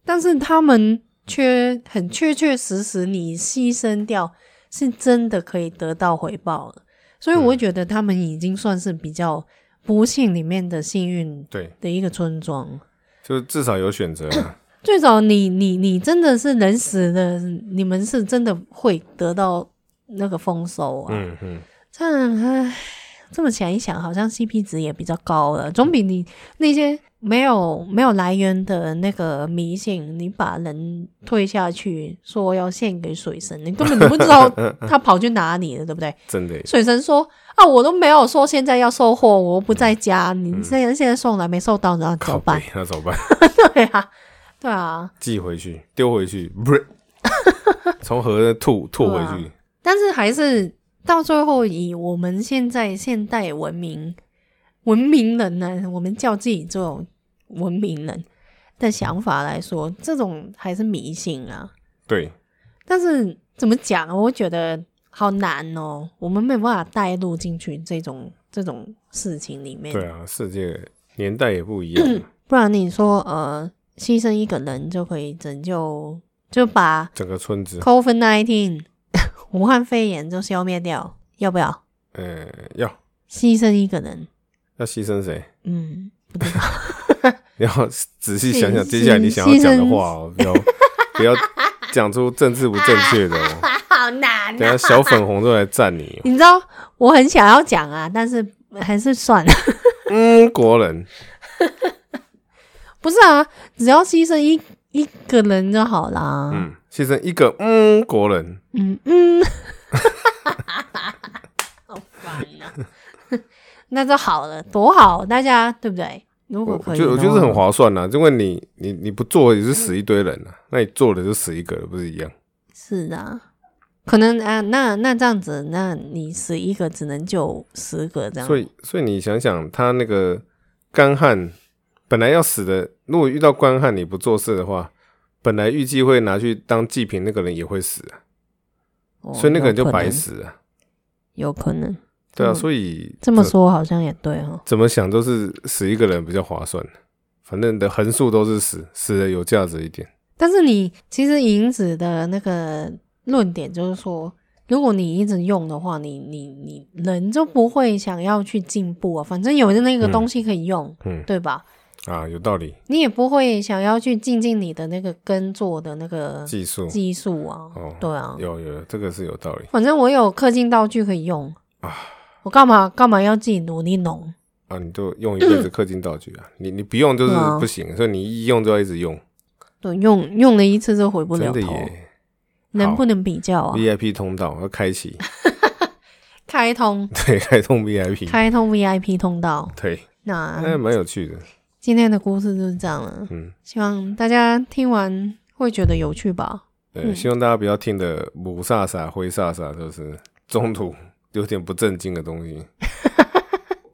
[SPEAKER 1] 但是他们却很确确实实，你牺牲掉是真的可以得到回报的，所以我觉得他们已经算是比较不幸里面的幸运
[SPEAKER 2] 对，
[SPEAKER 1] 的一个村庄。
[SPEAKER 2] 就至少有选择啊嘛。
[SPEAKER 1] 最早你你你真的是人死的，你们是真的会得到那个丰收啊。
[SPEAKER 2] 嗯嗯，
[SPEAKER 1] 这样，唉，这么想一想，好像 CP 值也比较高了，总比你那些没有没有来源的那个迷信，你把人推下去说要献给水神，你根本就不知道他跑去哪里了，对不对？
[SPEAKER 2] 真的耶，
[SPEAKER 1] 水神说啊，我都没有说现在要收获，我不在家，你现在现在送来没收到，然后怎
[SPEAKER 2] 靠
[SPEAKER 1] 么办
[SPEAKER 2] 背？那怎么办？
[SPEAKER 1] 对啊， 对啊，
[SPEAKER 2] 寄回去，丢回去，不是 从盒子吐吐回去。
[SPEAKER 1] 但是还是到最后，以我们现在现代文明文明人呢，我们叫自己这种文明人的想法来说，这种还是迷信啊。
[SPEAKER 2] 对，
[SPEAKER 1] 但是怎么讲，啊我觉得好难哦，我们没有办法带入进去这种这种事情里面。
[SPEAKER 2] 对啊，世界年代也不一样嘛，
[SPEAKER 1] 不然你说，呃，牺牲一个人就可以拯救，就把
[SPEAKER 2] 整个村子，
[SPEAKER 1] COVID nineteen 武汉肺炎就消灭掉，要不要
[SPEAKER 2] 呃，要
[SPEAKER 1] 牺牲一个人？
[SPEAKER 2] 要牺牲谁？
[SPEAKER 1] 嗯，
[SPEAKER 2] 你要仔细想想，
[SPEAKER 1] 牺
[SPEAKER 2] 接下来你想要
[SPEAKER 1] 牺
[SPEAKER 2] 讲的
[SPEAKER 1] 牲
[SPEAKER 2] 话哦，不要不要讲出政治不正确的哦，
[SPEAKER 1] 好难啊
[SPEAKER 2] 等下小粉红都来赞你哦。
[SPEAKER 1] 你知道我很想要讲啊，但是还是算了。
[SPEAKER 2] 嗯，国人
[SPEAKER 1] 不是啊，只要牺牲一一个人就好啦。
[SPEAKER 2] 嗯，牺牲一个嗯国人，
[SPEAKER 1] 嗯嗯， 好烦啊！ 那就好了，多好，大家对不对？如
[SPEAKER 2] 我
[SPEAKER 1] 果
[SPEAKER 2] 我
[SPEAKER 1] 可以
[SPEAKER 2] 觉
[SPEAKER 1] 的话，
[SPEAKER 2] 得我觉得是很划算呐、啊因为你你你不做也是死一堆人啊，那你做了就死一个了，不是一样？
[SPEAKER 1] 是的。可能啊，那那这样子，那你死一个只能救十个这样。
[SPEAKER 2] 所以所以你想想，他那个干旱本来要死的，如果遇到干旱你不做事的话，本来预计会拿去当祭品那个人也会死啊，
[SPEAKER 1] 哦
[SPEAKER 2] 所以那个人就
[SPEAKER 1] 有可能
[SPEAKER 2] 白死啊。
[SPEAKER 1] 有可能
[SPEAKER 2] 对啊，
[SPEAKER 1] 嗯
[SPEAKER 2] 所以
[SPEAKER 1] 这么
[SPEAKER 2] 怎
[SPEAKER 1] 说好像也对哦哈。
[SPEAKER 2] 怎么想都是死一个人比较划算，啊反正你的横竖都是死，死的有价值一点。
[SPEAKER 1] 但是你其实银子的那个论点就是说，如果你一直用的话，你你你人就不会想要去进步啊，反正有的那个
[SPEAKER 2] 嗯
[SPEAKER 1] 东西可以用，
[SPEAKER 2] 嗯
[SPEAKER 1] 对吧？
[SPEAKER 2] 啊，有道理，
[SPEAKER 1] 你也不会想要去精进你的那个耕作的那个
[SPEAKER 2] 技术
[SPEAKER 1] 技术啊，
[SPEAKER 2] 哦
[SPEAKER 1] 对啊，
[SPEAKER 2] 有有有这个是有道理
[SPEAKER 1] 反正我有氪金道具可以用
[SPEAKER 2] 啊
[SPEAKER 1] 我干嘛干嘛要自己努力弄？
[SPEAKER 2] 啊，你就用一辈子氪金道具啊，你你不用就是
[SPEAKER 1] 对啊
[SPEAKER 2] 不行，所以你一用就要一直用，
[SPEAKER 1] 对，用用了一次就回不了
[SPEAKER 2] 真的
[SPEAKER 1] 头，
[SPEAKER 2] 耶
[SPEAKER 1] 能
[SPEAKER 2] 好
[SPEAKER 1] 不能比较啊？
[SPEAKER 2] ，VIP 通道要开启，
[SPEAKER 1] 开通
[SPEAKER 2] 对，开通 VIP，
[SPEAKER 1] 开嗯通 VIP 通道，
[SPEAKER 2] 对，
[SPEAKER 1] 那
[SPEAKER 2] 那蛮有趣的，
[SPEAKER 1] 今天的故事就是这样了，
[SPEAKER 2] 嗯，
[SPEAKER 1] 希望大家听完会觉得有趣吧。
[SPEAKER 2] 对，希望大家不要听的母萨萨、灰萨萨，就是中途有点不正经的东 西。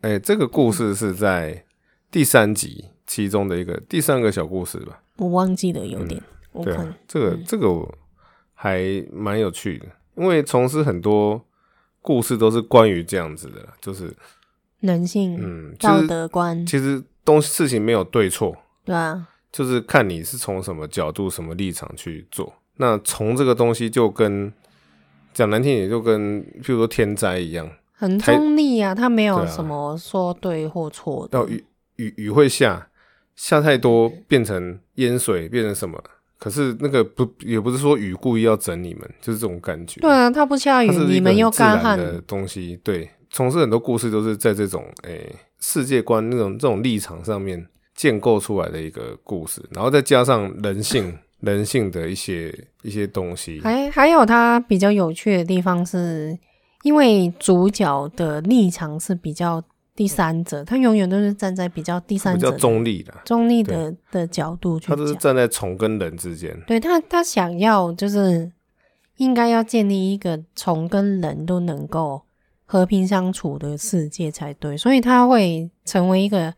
[SPEAKER 2] 哎、这个故事是在第三集其中的一个第三个小故事吧？
[SPEAKER 1] 我忘记了有点，我
[SPEAKER 2] 对
[SPEAKER 1] 看
[SPEAKER 2] 啊，这
[SPEAKER 1] 嗯
[SPEAKER 2] 个这个我还蛮有趣的，因为从事很多故事都是关于这样子的，就是
[SPEAKER 1] 人性、
[SPEAKER 2] 嗯，其
[SPEAKER 1] 道
[SPEAKER 2] 实
[SPEAKER 1] 德观，
[SPEAKER 2] 其实东事情没有对错，
[SPEAKER 1] 对啊，
[SPEAKER 2] 就是看你是从什么角度、什么立场去做。那从这个东西就跟讲难听点，就跟譬如说天灾一样，
[SPEAKER 1] 很
[SPEAKER 2] 台
[SPEAKER 1] 中立啊，他没有
[SPEAKER 2] 对啊
[SPEAKER 1] 什么说对或错的。
[SPEAKER 2] 要雨雨雨会下，下太多变成淹水，变成什么？可是那个不也不是说雨故意要整你们，就是这种感觉。
[SPEAKER 1] 对啊，他不下雨
[SPEAKER 2] 它是，
[SPEAKER 1] 你
[SPEAKER 2] 一个
[SPEAKER 1] 们又
[SPEAKER 2] 自然
[SPEAKER 1] 干旱，
[SPEAKER 2] 的东西。对，从事很多故事都是在这种诶、世界观那种这种立场上面建构出来的一个故事，然后再加上人性 人性的一些一些东西。
[SPEAKER 1] 还还有它比较有趣的地方是，因为主角的立场是比较第三者，他永远都是站在比较第三
[SPEAKER 2] 比
[SPEAKER 1] 者
[SPEAKER 2] 较
[SPEAKER 1] 的
[SPEAKER 2] 中立的，
[SPEAKER 1] 中立的的角度去
[SPEAKER 2] 他
[SPEAKER 1] 讲。
[SPEAKER 2] 都是站在虫跟人之间。
[SPEAKER 1] 对他，他想要就是应该要建立一个虫跟人都能够和平相处的世界才对，所以他会成为一个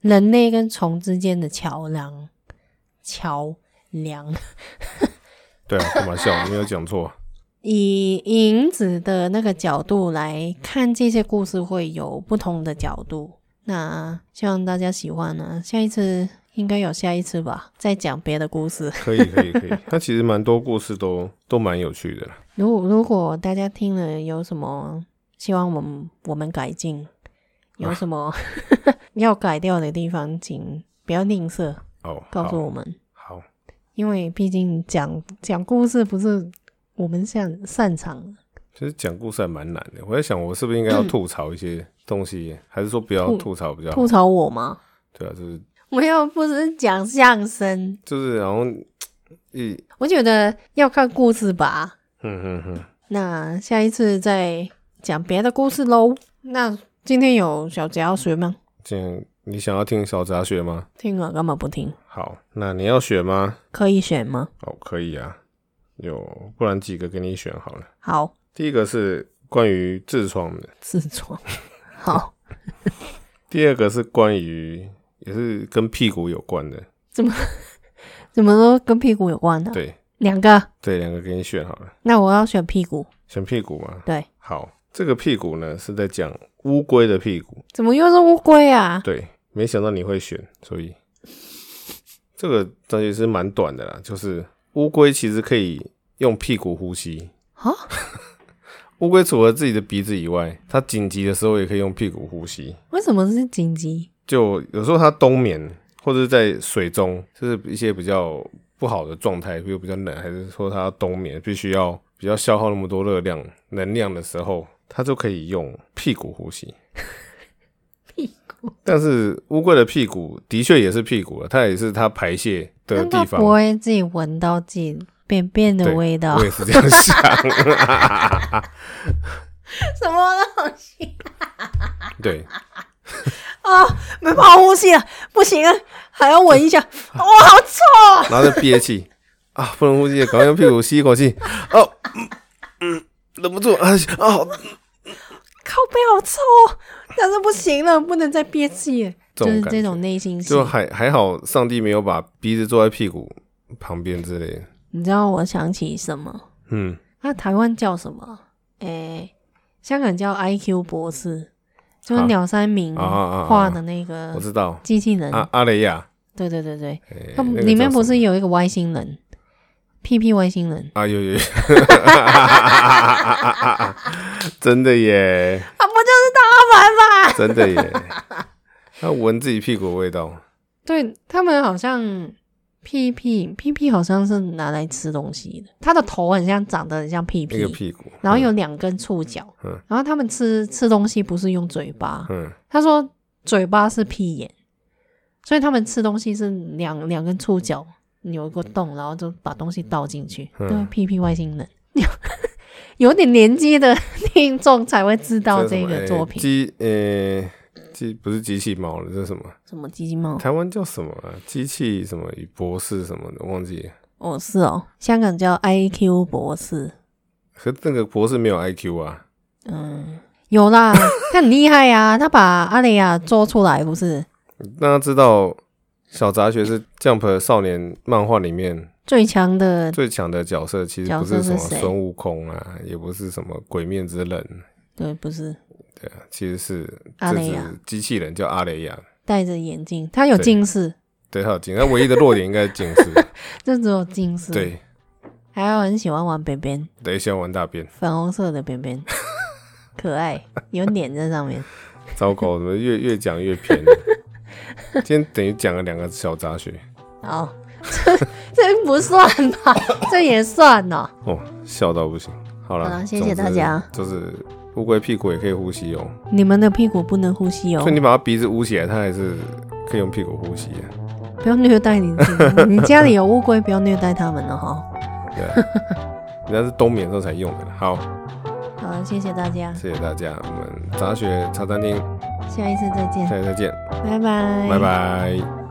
[SPEAKER 1] 人类跟虫之间的桥梁，桥梁。
[SPEAKER 2] 对啊，开玩笑，我没有讲错。
[SPEAKER 1] 以影子的那个角度来看这些故事，会有不同的角度。那希望大家喜欢呢、下一次应该有下一次吧，再讲别的故事。
[SPEAKER 2] 可以，可以， 可以。他其实蛮多故事都都蛮有趣的啦。
[SPEAKER 1] 如果如果大家听了有什么希望我们我们改进，有什么、 要改掉的地方，请不要吝啬
[SPEAKER 2] 哦，
[SPEAKER 1] 告诉
[SPEAKER 2] 好
[SPEAKER 1] 我们，
[SPEAKER 2] 好，
[SPEAKER 1] 因为毕竟讲讲故事不是我们擅擅长的。
[SPEAKER 2] 其实讲故事还蛮难的。我在想，我是不是 应该要吐槽一些东西，还是说不要
[SPEAKER 1] 吐
[SPEAKER 2] 吐槽比较好
[SPEAKER 1] 吐？槽我吗？
[SPEAKER 2] 对啊，就是
[SPEAKER 1] 我又不是讲相声，
[SPEAKER 2] 就是，然后一，
[SPEAKER 1] 我觉得要看故事吧。
[SPEAKER 2] 嗯哼哼，
[SPEAKER 1] 那下一次再讲别的故事喽。那今天有小杰要学吗？
[SPEAKER 2] 这样你想要听小杂学吗？
[SPEAKER 1] 听了干嘛不听？
[SPEAKER 2] 好，那你要选吗？
[SPEAKER 1] 可以选吗？
[SPEAKER 2] 哦，可以啊，有，不然几个给你选好了。
[SPEAKER 1] 好，
[SPEAKER 2] 第一个是关于痔疮的，
[SPEAKER 1] 痔疮。 好，
[SPEAKER 2] 第二个是关于也是跟屁股有关的，
[SPEAKER 1] 怎么都跟屁股有关的。
[SPEAKER 2] 对
[SPEAKER 1] 两个，
[SPEAKER 2] 对，两个给你选好了，
[SPEAKER 1] 那我要选屁股。
[SPEAKER 2] 选屁股嘛。
[SPEAKER 1] 对，
[SPEAKER 2] 好，这个屁股呢是在讲乌龟的屁股，
[SPEAKER 1] 怎么又是乌龟啊？
[SPEAKER 2] 对，没想到你会选，所以这个东西是蛮短的啦，就是乌龟其实可以用屁股呼吸。
[SPEAKER 1] 啊，
[SPEAKER 2] 乌龟除了自己的鼻子以外，它紧急的时候也可以用屁股呼吸。
[SPEAKER 1] 为什么是紧急？
[SPEAKER 2] 就有时候它冬眠或者是在水中，就是一些比较不好的状态，比如比较冷，还是说它冬眠必须要比较消耗那么多热量能量的时候，它就可以用屁股呼吸。
[SPEAKER 1] 屁股，
[SPEAKER 2] 但是乌龟的屁股的确也是屁股了，它也是它排泄的
[SPEAKER 1] 但
[SPEAKER 2] 地
[SPEAKER 1] 它
[SPEAKER 2] 方。
[SPEAKER 1] 不会自己闻到自己便便的
[SPEAKER 2] 对
[SPEAKER 1] 味道
[SPEAKER 2] 我，也是这样想。
[SPEAKER 1] 什么东西？
[SPEAKER 2] 对，
[SPEAKER 1] 啊没办法呼吸了，不行了，还要闻一 下，哇、好臭啊！
[SPEAKER 2] 然后就憋气啊，不能呼吸，赶快用屁股吸一口气。哦，嗯，嗯忍不住啊，哦，
[SPEAKER 1] 靠背好臭哦，但是不行了，不能再憋气了，
[SPEAKER 2] 这
[SPEAKER 1] 就
[SPEAKER 2] 种
[SPEAKER 1] 是
[SPEAKER 2] 感
[SPEAKER 1] 这
[SPEAKER 2] 觉
[SPEAKER 1] 种内心戏
[SPEAKER 2] 就。还还好，上帝没有把鼻子坐在屁股旁边之类的。
[SPEAKER 1] 你知道我想起什么？
[SPEAKER 2] 嗯，
[SPEAKER 1] 啊，台湾叫什么？诶、香港叫 IQ 博士，就是
[SPEAKER 2] 啊
[SPEAKER 1] 鸟山明
[SPEAKER 2] 啊啊啊啊
[SPEAKER 1] 画的那
[SPEAKER 2] 我
[SPEAKER 1] 个
[SPEAKER 2] 知道。
[SPEAKER 1] 机器人。
[SPEAKER 2] 阿阿雷亚，
[SPEAKER 1] 对对对对，
[SPEAKER 2] 哎
[SPEAKER 1] 它
[SPEAKER 2] 那个
[SPEAKER 1] 嗯里
[SPEAKER 2] 叫
[SPEAKER 1] 面
[SPEAKER 2] 什
[SPEAKER 1] 不
[SPEAKER 2] 么
[SPEAKER 1] 是有一个外星人，屁屁外星人，
[SPEAKER 2] 啊？有有有， 真的耶，
[SPEAKER 1] 啊，不就是他们吗？
[SPEAKER 2] 真 的耶，他闻自己屁股的味道。
[SPEAKER 1] 对他们好像屁屁屁屁好像是拿来吃东西的，它的头很像长得很像屁
[SPEAKER 2] 那个
[SPEAKER 1] 屁，
[SPEAKER 2] 屁股，
[SPEAKER 1] 然后有两根触角，
[SPEAKER 2] 嗯
[SPEAKER 1] 然后他们吃吃东西不是用嘴巴，
[SPEAKER 2] 嗯，
[SPEAKER 1] 他说嘴巴是屁眼，所以他们吃东西是两两根触角有一个洞，然后就把东西倒进去，
[SPEAKER 2] 嗯
[SPEAKER 1] 对，屁屁外星人。 有点年纪的听众才会知道
[SPEAKER 2] 是什
[SPEAKER 1] 这
[SPEAKER 2] 么
[SPEAKER 1] 个
[SPEAKER 2] 哎
[SPEAKER 1] 作品，
[SPEAKER 2] 机呃机不是机器猫了，这是什么？
[SPEAKER 1] 什么哎机器猫？
[SPEAKER 2] 台湾叫什么啊？机器什么与博士什么的，忘记了。
[SPEAKER 1] 哦，是哦，香港叫 IQ 博士。
[SPEAKER 2] 可是那个博士没有 IQ 啊，
[SPEAKER 1] 嗯，有啦， 他很厉害呀、他把阿雷亚做出来不是
[SPEAKER 2] 那他知道小杂学是 Jump 少年漫画里面
[SPEAKER 1] 最强的，
[SPEAKER 2] 最强的角色，其实
[SPEAKER 1] 角
[SPEAKER 2] 不
[SPEAKER 1] 色
[SPEAKER 2] 是什么
[SPEAKER 1] 是谁
[SPEAKER 2] 孙悟空啊，也不是什么鬼面之人，
[SPEAKER 1] 对，不是
[SPEAKER 2] 对啊，其实是
[SPEAKER 1] 阿
[SPEAKER 2] 这
[SPEAKER 1] 雷亚
[SPEAKER 2] 只机器人叫阿雷亚。
[SPEAKER 1] 戴着眼镜，他有近视，
[SPEAKER 2] 对，他有近视，他唯一的弱点应该是近 视。
[SPEAKER 1] 就只有近视。，
[SPEAKER 2] 对，
[SPEAKER 1] 还有很喜欢玩便便，
[SPEAKER 2] 对，喜欢玩大便，
[SPEAKER 1] 粉红色的便便，可爱，有脸在上面。
[SPEAKER 2] 糟糕，怎 么越越讲越偏？今天等于讲了两个小杂学
[SPEAKER 1] 哦，这这不算吧？这也算哦。
[SPEAKER 2] 哦，笑到不行。好
[SPEAKER 1] 好啦
[SPEAKER 2] 了，
[SPEAKER 1] 谢谢大家。
[SPEAKER 2] 就是乌龟屁股也可以呼吸哦，
[SPEAKER 1] 你们的屁股不能呼吸哦
[SPEAKER 2] 所以，你把它鼻子捂起来，它还是可以用屁股呼吸啊。
[SPEAKER 1] 不要虐待你自己。你家里有乌龟，不要虐待它们了哈。
[SPEAKER 2] 对 啊，人家是冬眠的时候才用的啦。好，
[SPEAKER 1] 好，谢谢大家，
[SPEAKER 2] 谢谢大家，我们杂学茶餐厅
[SPEAKER 1] 下一次再见，
[SPEAKER 2] 下期再见，
[SPEAKER 1] 拜拜，
[SPEAKER 2] 拜拜。